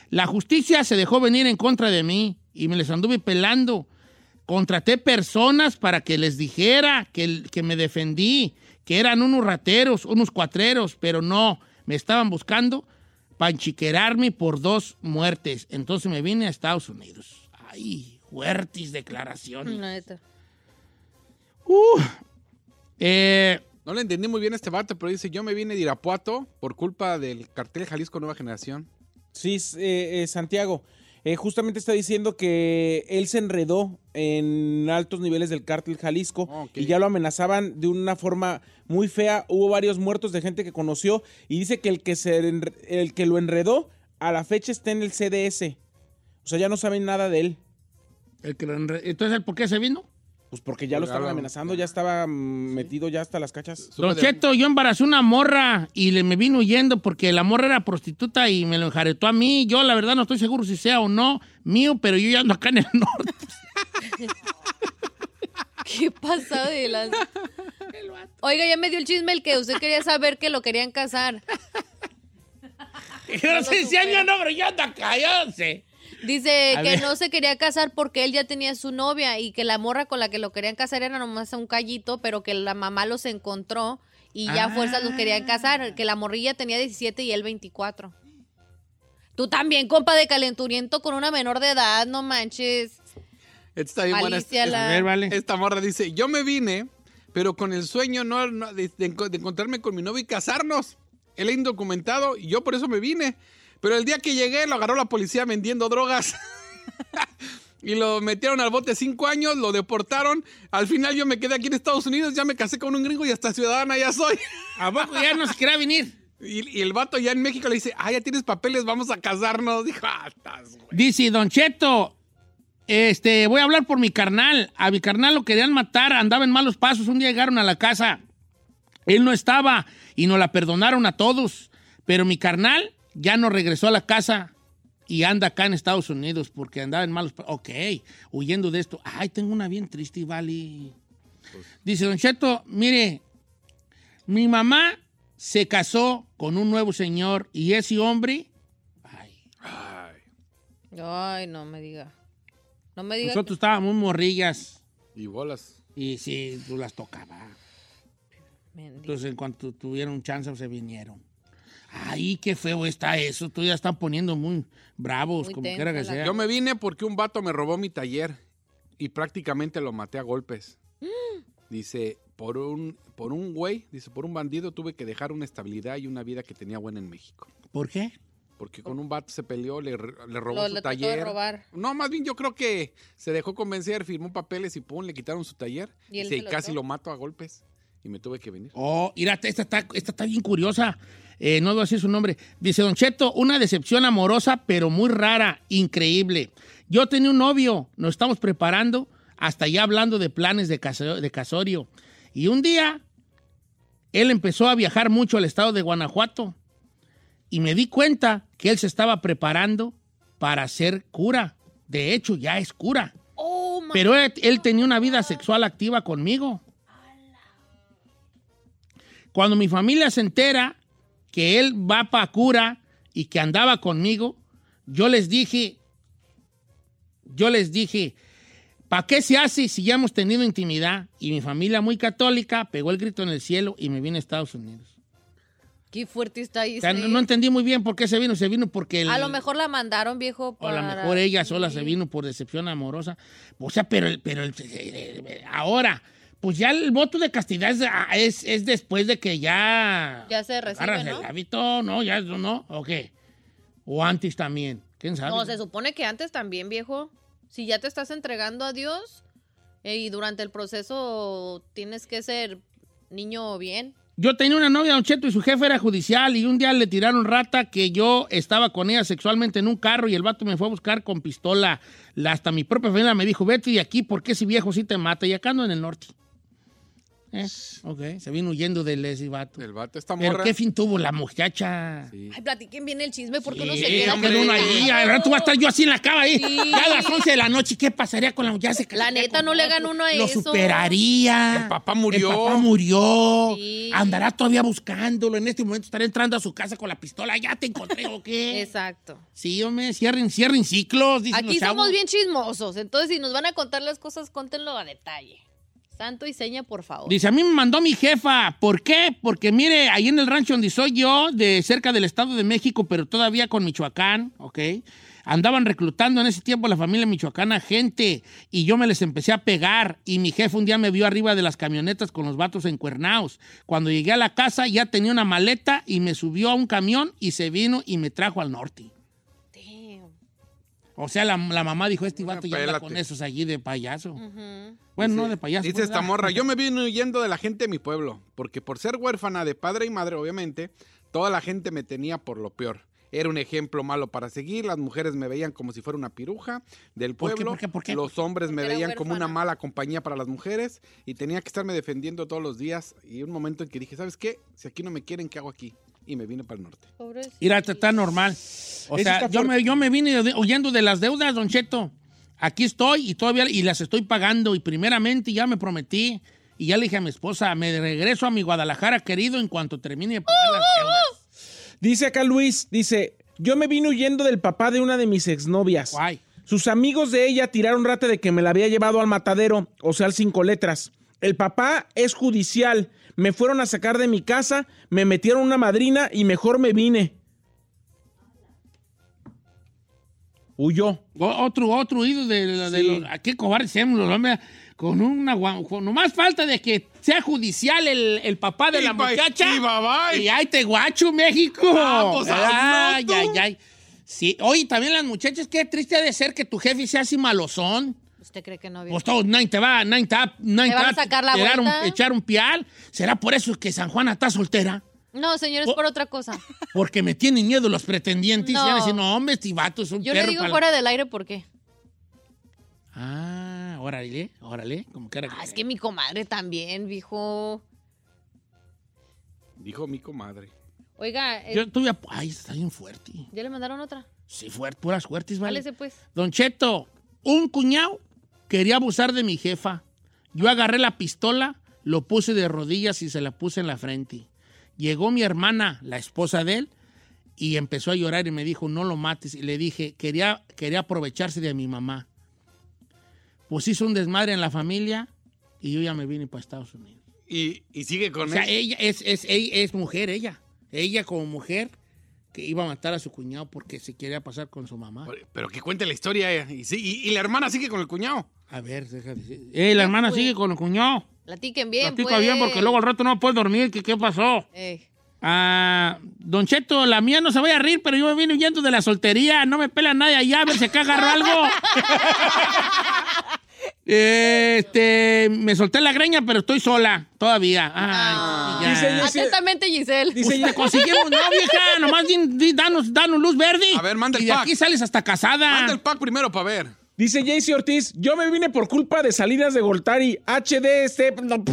Speaker 1: La justicia se dejó venir en contra de mí y me les anduve pelando. Contraté personas para que les dijera que, que me defendí, que eran unos rateros, unos cuatreros, pero no, me estaban buscando para enchiquerarme por dos muertes. Entonces me vine a Estados Unidos. Ay, fuertes declaraciones.
Speaker 2: (laughs) La neta.
Speaker 1: Uh. Eh,
Speaker 4: No le entendí muy bien a este vato, pero dice, yo me vine de Irapuato por culpa del cartel Jalisco Nueva Generación.
Speaker 3: Sí, s- eh, eh, Santiago. eh, justamente está diciendo que él se enredó en altos niveles del cártel Jalisco
Speaker 4: Ah, Ok.
Speaker 3: y ya lo amenazaban de una forma muy fea. Hubo varios muertos de gente que conoció y dice que el que, se enre- el que lo enredó a la fecha está en el CDS. O sea, ya no saben nada de él.
Speaker 1: el que lo enre- Entonces, ¿por qué se vino?
Speaker 3: Pues porque ya lo estaban
Speaker 4: Colgaron.
Speaker 3: amenazando, ya estaba mm, metido ya hasta las cachas.
Speaker 4: Supe
Speaker 1: Don
Speaker 4: de-
Speaker 1: Cheto, yo embaracé una morra y le me vino huyendo porque la morra era prostituta y me lo enjaretó a mí. Yo la verdad no estoy seguro si sea o no mío, pero yo ya ando acá en el (laughs) norte.
Speaker 2: (laughs) ¿Qué pasado de las... Oiga, ya me dio el chisme el que usted quería saber que lo querían casar.
Speaker 1: Yo no sé si año no, pero yo ando acá, yo sé.
Speaker 2: Dice
Speaker 1: A
Speaker 2: que
Speaker 1: ver.
Speaker 2: no se quería casar porque él ya tenía su novia y que la morra con la que lo querían casar era nomás un callito, pero que la mamá los encontró y ya a fuerzas los querían
Speaker 1: Ah.
Speaker 2: casar, que la morrilla tenía 17 y él 24. Tú también, compa de calenturiento con una menor de edad, no manches.
Speaker 4: Esta está bien buena.
Speaker 2: Alicia
Speaker 1: A ver,
Speaker 2: la...
Speaker 1: vale.
Speaker 4: Esta morra dice, yo me vine, pero con el sueño no, no- de, de enco- de encontrarme con mi novio y casarnos. Él es indocumentado y yo por eso me vine. Pero el día que llegué lo agarró la policía vendiendo drogas. (laughs) y lo metieron al bote cinco años, lo deportaron. Al final yo me quedé aquí en Estados Unidos, ya me casé con un gringo y hasta ciudadana ya soy. (laughs)
Speaker 1: ¿A poco ya no se quería venir?
Speaker 4: Y, y el vato ya en México le (laughs) dice, ah, ya tienes papeles, vamos a casarnos. Dijo, ah, estás güey".
Speaker 1: Dice Don Cheto, Este, voy a hablar por mi carnal. A mi carnal lo querían matar, andaba en malos pasos. Un día llegaron a la casa. Él no estaba y nos la perdonaron a todos. Pero mi carnal ya no regresó a la casa y anda acá en Estados Unidos porque andaba en malos pasos. Ok, huyendo de esto. Ay, tengo una bien triste, Vali. Dice Don Cheto, mire, mi mamá se casó con un nuevo señor y ese hombre
Speaker 2: Ay, no me diga. No me diga.
Speaker 1: Nosotros estábamos muy morrillas
Speaker 4: Y bolas.
Speaker 1: y sí, tú las tocaba. Entonces, en cuanto tuvieron chance, se vinieron. Ay, qué feo está eso. Tú ya están poniendo muy bravos,
Speaker 2: Muy
Speaker 1: como
Speaker 2: tensa
Speaker 1: quiera que
Speaker 2: la
Speaker 1: sea.
Speaker 4: Yo me vine porque un vato me robó mi taller y prácticamente lo maté
Speaker 2: (gasps)
Speaker 4: a golpes. Dice, por un, por un güey, dice, por un bandido tuve que dejar una estabilidad y una vida que tenía buena en México.
Speaker 1: ¿Por qué?
Speaker 4: Porque con un vato se peleó, le, r- le robó
Speaker 2: Lo-
Speaker 4: su
Speaker 2: lo trató de
Speaker 4: taller.
Speaker 2: robar.
Speaker 4: No, más bien yo creo que se dejó convencer, firmó papeles y pum, le quitaron su taller.
Speaker 2: ¿Y él
Speaker 4: Dice,
Speaker 2: se lo
Speaker 4: casi
Speaker 2: dio?
Speaker 4: lo mato a golpes y me tuve que venir.
Speaker 1: Oh, mira, esta está, esta está bien curiosa. Eh, no voy a decir su nombre. Dice Don Cheto, una decepción amorosa, pero muy rara, increíble. Yo tenía un novio, nos estamos preparando, hasta ya hablando de planes de, caso- de casorio. Y un día, él empezó a viajar mucho al estado de Guanajuato. Y me di cuenta que él se estaba preparando para ser cura. De hecho, ya es cura.
Speaker 2: Oh, my.
Speaker 1: Pero él, él tenía una vida sexual activa conmigo. Cuando mi familia se entera que él va para cura y que andaba conmigo, yo les dije, yo les dije, ¿para qué se hace si ya hemos tenido intimidad? Y mi familia muy católica pegó el grito en el cielo y me vine a Estados Unidos.
Speaker 2: Qué fuerte está ahí.
Speaker 1: O sea,
Speaker 2: sí.
Speaker 1: no, no entendí muy bien por qué se vino, se vino porque... el-
Speaker 2: A lo mejor la mandaron, viejo.
Speaker 1: o a lo
Speaker 2: para-
Speaker 1: mejor ella sola se
Speaker 2: Sí.
Speaker 1: vino por decepción amorosa. O sea, pero, el- pero el- eh, eh, ahora, pues ya el voto de castidad es, ah, es- es después de que ya...
Speaker 2: Ya se recibe,
Speaker 1: agarras
Speaker 2: ¿no?
Speaker 1: el hábito, ¿no? Ya, ¿no? ¿O qué? O antes también, ¿quién sabe?
Speaker 2: No, se supone que antes también, viejo. Si ya te estás entregando a Dios eh, y durante el proceso tienes que ser niño bien.
Speaker 1: Yo tenía una novia, Don Cheto, y su jefe era judicial, y un día le tiraron rata que yo estaba con ella sexualmente en un carro y el vato me fue a buscar con pistola. La- hasta mi propia familia me dijo, vete de aquí porque ese viejo sí te mata. Y acá ando en el norte. Eh, ok, se vino huyendo del ese vato.
Speaker 4: El vato, esta
Speaker 1: Pero
Speaker 4: morra.
Speaker 1: qué fin tuvo la muchacha.
Speaker 4: Sí.
Speaker 2: Ay, platiquen bien el chisme porque no
Speaker 1: Sí,
Speaker 2: se queda
Speaker 1: hombre,
Speaker 2: con
Speaker 1: uno
Speaker 2: el-
Speaker 1: allí, al rato voy a estar yo así en la cama ahí,
Speaker 2: Sí.
Speaker 1: ya a las 11 de la noche, ¿qué pasaría con la ya se
Speaker 2: La neta,
Speaker 1: con
Speaker 2: no le
Speaker 1: otro,
Speaker 2: hagan uno a
Speaker 1: Lo
Speaker 2: eso.
Speaker 1: superaría.
Speaker 4: El papá murió.
Speaker 1: El papá murió.
Speaker 2: Sí.
Speaker 1: Andará todavía buscándolo. En este momento estará entrando a su casa con la pistola. Ya te encontré,
Speaker 2: (laughs)
Speaker 1: ¿o qué?
Speaker 2: Exacto.
Speaker 1: Sí, hombre, cierren, cierren ciclos, dicen
Speaker 2: Aquí
Speaker 1: los chavos.
Speaker 2: somos bien chismosos, entonces si nos van a contar las cosas, contenlo a detalle. Santo y seña, por favor.
Speaker 1: Dice, a mí me mandó mi jefa. ¿Por qué? Porque mire, ahí en el rancho donde soy yo, de cerca del Estado de México, pero todavía con Michoacán, ¿ok? Andaban reclutando en ese tiempo la familia michoacana gente y yo me les empecé a pegar y mi jefe un día me vio arriba de las camionetas con los vatos encuernados. Cuando llegué a la casa ya tenía una maleta y me subió a un camión y se vino y me trajo al norte.
Speaker 2: Damn.
Speaker 1: O sea, la, la mamá dijo, este vato ya anda
Speaker 4: Pélate.
Speaker 1: con esos allí de payaso.
Speaker 2: Ujú.
Speaker 1: Bueno,
Speaker 4: Dice-
Speaker 1: no de payaso.
Speaker 4: Dice
Speaker 1: pues,
Speaker 4: esta
Speaker 1: ¿verdad?
Speaker 4: morra, yo me vine huyendo de la gente de mi pueblo, porque por ser huérfana de padre y madre, obviamente, toda la gente me tenía por lo peor. Era un ejemplo malo para seguir, las mujeres me veían como si fuera una piruja del
Speaker 1: ¿Por qué,
Speaker 4: pueblo,
Speaker 1: por qué, por qué?
Speaker 4: los hombres me
Speaker 2: Porque era
Speaker 4: veían como una
Speaker 2: huérfana.
Speaker 4: mala compañía para las mujeres y tenía que estarme defendiendo todos los días y un momento en que dije, ¿sabes qué? Si aquí no me quieren, ¿qué hago aquí? Y me vine para el norte.
Speaker 2: Pobrecito.
Speaker 1: Ir a tratar normal. O
Speaker 3: Ese
Speaker 1: sea,
Speaker 3: está
Speaker 1: yo
Speaker 3: fuerte.
Speaker 1: me, yo me vine de- huyendo de las deudas, Don Cheto. Aquí estoy y todavía y las estoy pagando. Y primeramente ya me prometí y ya le dije a mi esposa, me regreso a mi Guadalajara querido en cuanto termine de pagar las
Speaker 3: ¡Uh!
Speaker 1: deudas.
Speaker 3: Dice acá Luis, dice, yo me vine huyendo del papá de una de mis exnovias.
Speaker 4: Ah,
Speaker 1: Guay.
Speaker 3: Sus amigos de ella tiraron rata de que me la había llevado al matadero, o sea, al cinco letras. El papá es judicial. Me fueron a sacar de mi casa, me metieron una madrina y mejor me vine. Huyó.
Speaker 1: O- Otro, otro ido de, de- de
Speaker 3: Sí.
Speaker 1: los. ¿A qué cobardes somos los hombres? Con una guau- con- nomás falta de que sea judicial el, el papá de
Speaker 4: Y
Speaker 1: la
Speaker 4: bye-
Speaker 1: muchacha.
Speaker 4: y bye bye.
Speaker 1: Y ahí te guacho, México.
Speaker 4: Ah, pues, ah,
Speaker 1: ay,
Speaker 4: no,
Speaker 1: ay,
Speaker 4: tú.
Speaker 1: ay. Sí, oye, también las muchachas, qué triste ha de ser que tu jefe sea así malosón.
Speaker 2: ¿Usted cree que no vio?
Speaker 1: Pues todo, nadie te va, nadie te va, nadie
Speaker 2: Te van a
Speaker 1: va
Speaker 2: sacar la
Speaker 1: tirar un-
Speaker 2: vuelta.
Speaker 1: echar un pial. ¿Será por eso que San Juana está soltera?
Speaker 2: No, señor, es
Speaker 1: Oh.
Speaker 2: por otra
Speaker 1: (laughs)
Speaker 2: cosa.
Speaker 1: Porque me tienen miedo los pretendientes. Y van a decir,
Speaker 2: No.
Speaker 1: no, hombre, este vato es un
Speaker 2: Yo
Speaker 1: perro.
Speaker 2: le digo
Speaker 1: para la-
Speaker 2: fuera del aire por qué.
Speaker 1: Ah, órale, órale, como que era.
Speaker 2: Ah, es que mi comadre también, dijo.
Speaker 4: Dijo mi comadre.
Speaker 2: Oiga, eh,
Speaker 1: Yo estuve a... Ay, está bien fuerte.
Speaker 2: ya le mandaron otra.
Speaker 1: Sí, fuerte, puras fuertes, ¿vale?
Speaker 2: Válese pues.
Speaker 1: Don Cheto, un cuñado quería abusar de mi jefa. Yo agarré la pistola, lo puse de rodillas y se la puse en la frente. Llegó mi hermana, la esposa de él, y empezó a llorar y me dijo, no lo mates. Y le dije, quería, quería aprovecharse de mi mamá. Pues hizo un desmadre en la familia y yo ya me vine para Estados Unidos.
Speaker 4: Y, y sigue con
Speaker 1: O sea,
Speaker 4: él.
Speaker 1: ella es, es, ella es mujer, ella. Ella como mujer que iba a matar a su cuñado porque se quería pasar con su mamá.
Speaker 4: Pero que cuente la historia. eh, Y, sí, y, y la hermana sigue con el cuñado.
Speaker 1: A ver, deja de decir. Eh, la hermana sigue con el cuñado.
Speaker 2: Platiquen bien.
Speaker 1: Platica
Speaker 2: pues.
Speaker 1: bien porque luego al rato no puedes dormir. ¿Qué, qué pasó?
Speaker 2: Eh,
Speaker 1: Ah, don Cheto, la mía no se vaya a rir, pero yo me vine huyendo de la soltería. No me pela nadie allá, a ver si acá agarro (laughs) algo. este, me solté la greña, pero estoy sola todavía. Ay, ya.
Speaker 3: Dice ella-
Speaker 2: Atentamente, Giselle.
Speaker 3: Dice
Speaker 1: Te conseguimos, no, vieja. Nomás di- di- danos, danos luz verde.
Speaker 4: A ver, manda el
Speaker 1: Y de
Speaker 4: pack.
Speaker 1: aquí sales hasta casada.
Speaker 4: Manda el pack primero para ver.
Speaker 3: Dice JC Ortiz, yo me vine por culpa de salidas de Goltari, HD, este, no,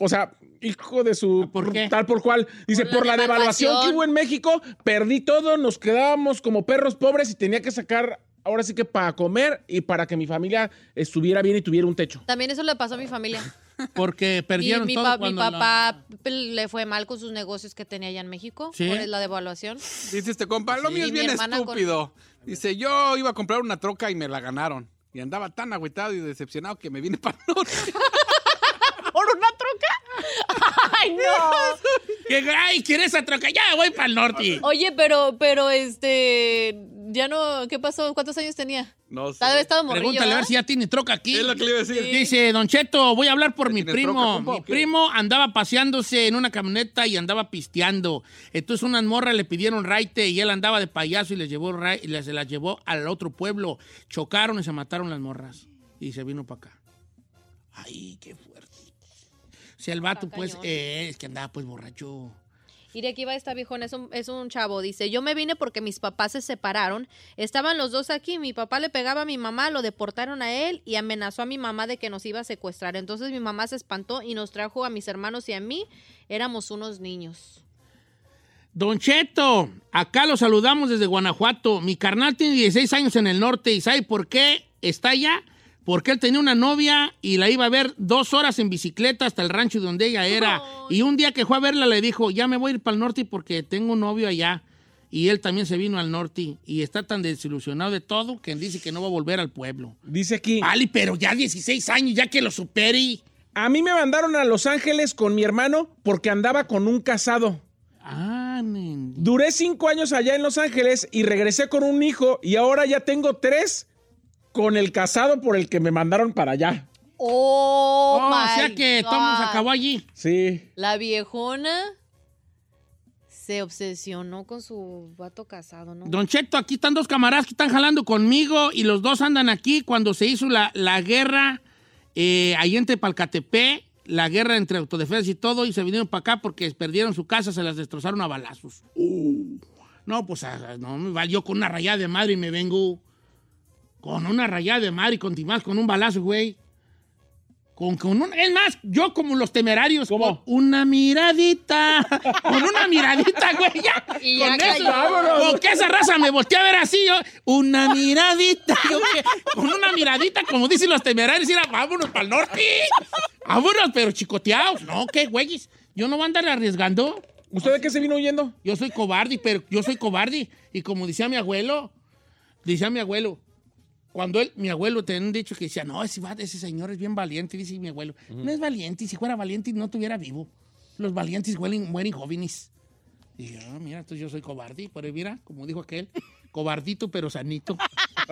Speaker 3: o sea, hijo de su
Speaker 1: ¿Por qué?
Speaker 3: tal por cual. Dice,
Speaker 2: Por la
Speaker 3: por la devaluación que
Speaker 2: devaluación.
Speaker 3: hubo en México, perdí todo, nos quedábamos como perros pobres y tenía que sacar, ahora sí que para comer y para que mi familia estuviera bien y tuviera un techo.
Speaker 2: También eso le pasó a mi familia.
Speaker 1: Porque
Speaker 2: Y
Speaker 1: perdieron
Speaker 2: mi,
Speaker 1: todo
Speaker 2: pa- mi
Speaker 1: cuando la-
Speaker 2: papá le fue mal con sus negocios que tenía allá en México
Speaker 1: ¿Sí?
Speaker 2: por la devaluación.
Speaker 4: Dice este compa, lo
Speaker 2: Sí,
Speaker 4: mío es
Speaker 2: mi
Speaker 4: bien
Speaker 2: hermana con-
Speaker 4: estúpido. Dice, yo iba a comprar una troca y me la ganaron. Y andaba tan agüitado y decepcionado que me vine (laughs) para el norte.
Speaker 2: ¿Por una troca? ¡Ay, no!
Speaker 1: Que, ay, ¿quieres atracar? Ya voy para el norte.
Speaker 2: Oye, pero, pero, este, ya no, ¿qué pasó? ¿Cuántos años tenía?
Speaker 4: No sé.
Speaker 2: Tal vez estaba morrillo,
Speaker 1: Pregúntale a ver
Speaker 2: ¿ah?
Speaker 1: si ya tiene troca aquí.
Speaker 4: Es lo que le iba a decir.
Speaker 1: Dice, Don Cheto, voy a hablar por mi
Speaker 4: tiene troca,
Speaker 1: primo.
Speaker 4: compa,
Speaker 1: Mi
Speaker 4: o qué?
Speaker 1: primo andaba paseándose en una camioneta y andaba pisteando. Entonces unas morras le pidieron raite y él andaba de payaso y les llevó ra- y les- se las llevó al otro pueblo. Chocaron y se mataron las morras. Y se vino para acá. Ay, qué fuerte. Si el vato,
Speaker 2: Está
Speaker 1: pues,
Speaker 2: cañón.
Speaker 1: eh, es que andaba pues borracho.
Speaker 2: Y de aquí va esta viejona, es un, es un chavo, dice, yo me vine porque mis papás se separaron, estaban los dos aquí, mi papá le pegaba a mi mamá, lo deportaron a él y amenazó a mi mamá de que nos iba a secuestrar. Entonces mi mamá se espantó y nos trajo a mis hermanos y a mí, éramos unos niños.
Speaker 1: Don Cheto, acá lo saludamos desde Guanajuato. Mi carnal tiene 16 años en el norte y ¿sabe por qué está allá? Porque él tenía una novia y la iba a ver dos horas en bicicleta hasta el rancho donde ella era. Y un día que fue a verla le dijo, ya me voy a ir para el norte porque tengo un novio allá. Y él también se vino al norte y está tan desilusionado de todo que dice que no va a volver al pueblo.
Speaker 3: Dice aquí,
Speaker 1: Vale, pero ya 16 años, ya que lo supere.
Speaker 3: a mí me mandaron a Los Ángeles con mi hermano porque andaba con un casado.
Speaker 1: Ah, men-
Speaker 3: Duré cinco años allá en Los Ángeles y regresé con un hijo y ahora ya tengo tres con el casado por el que me mandaron para allá.
Speaker 2: Oh,
Speaker 1: Oh, o sea
Speaker 2: my
Speaker 1: que todo se
Speaker 2: God.
Speaker 1: acabó allí.
Speaker 3: Sí.
Speaker 2: La viejona se obsesionó con su vato casado, ¿no?
Speaker 1: Don Cheto, aquí están dos camaradas que están jalando conmigo y los dos andan aquí cuando se hizo la, la guerra eh, ahí en Tepalcatepec, la guerra entre autodefensa y todo, y se vinieron para acá porque perdieron su casa, se las destrozaron a balazos. Uh, no, pues ah, no me valió con una rayada de madre y me vengo con una rayada de madre y con más con un balazo, güey. Con, con un, es más, yo como los temerarios,
Speaker 3: ¿Cómo?
Speaker 1: con una miradita, (laughs) con una miradita, güey, ya.
Speaker 2: Y
Speaker 1: con
Speaker 2: ya
Speaker 1: eso,
Speaker 2: cayó.
Speaker 1: con que esa raza me volteé a ver así, yo, una miradita, yo dije, con una miradita, como dicen los temerarios, era, vámonos para el norte, vámonos, pero chicoteados, no, qué güeyes, yo no voy a andar arriesgando,
Speaker 3: ¿Usted de qué se vino huyendo?
Speaker 1: yo soy cobarde, pero yo soy cobarde, y como decía mi abuelo, decía mi abuelo, cuando él, mi abuelo tenía un dicho que decía, no, ese, va- ese señor es bien valiente, dice mi abuelo, no es valiente, y si fuera valiente no estuviera vivo, los valientes mueren, mueren jóvenes. Dije, ah, mira, entonces yo soy cobarde, pero mira, como dijo aquel, cobardito
Speaker 2: (laughs)
Speaker 1: pero sanito.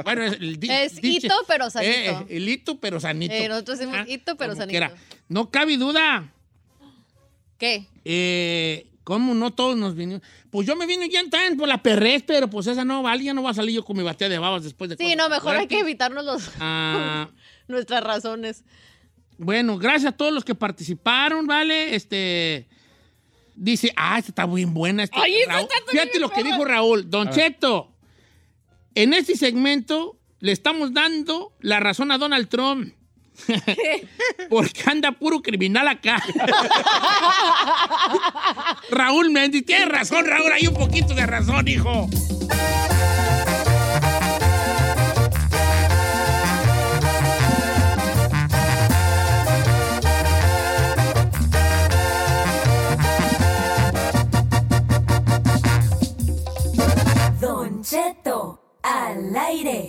Speaker 1: Bueno, es, el di-
Speaker 2: Es
Speaker 1: dicho-
Speaker 2: hito, pero sanito.
Speaker 1: Eh, el hito pero sanito. Ah,
Speaker 2: Eh, nosotros decimos hito, pero
Speaker 1: como
Speaker 2: sanito.
Speaker 1: quiera. No cabe duda.
Speaker 2: ¿Qué?
Speaker 1: Eh, ¿Cómo no todos nos vinieron? Pues yo me vine ya tan por la perrez, pero pues esa no vale, ya no va a salir yo con mi batea de babas después de
Speaker 2: Sí,
Speaker 1: cosas
Speaker 2: no,
Speaker 1: tan
Speaker 2: mejor hay que
Speaker 1: fuertes.
Speaker 2: evitarnos los, (laughs)
Speaker 1: Ah,
Speaker 2: nuestras razones.
Speaker 1: Bueno, gracias a todos los que participaron, ¿vale? Este. Dice, ah, esta está bien buena. esta-
Speaker 2: Ay, esta
Speaker 1: Raúl-
Speaker 2: está bien
Speaker 1: Fíjate lo que dijo Raúl. Don Cheto, en este segmento le estamos dando la razón a Donald Trump. Porque anda puro criminal acá. Raúl Mendy, tienes razón, Raúl, hay un poquito de razón, hijo.
Speaker 6: Don Cheto al aire.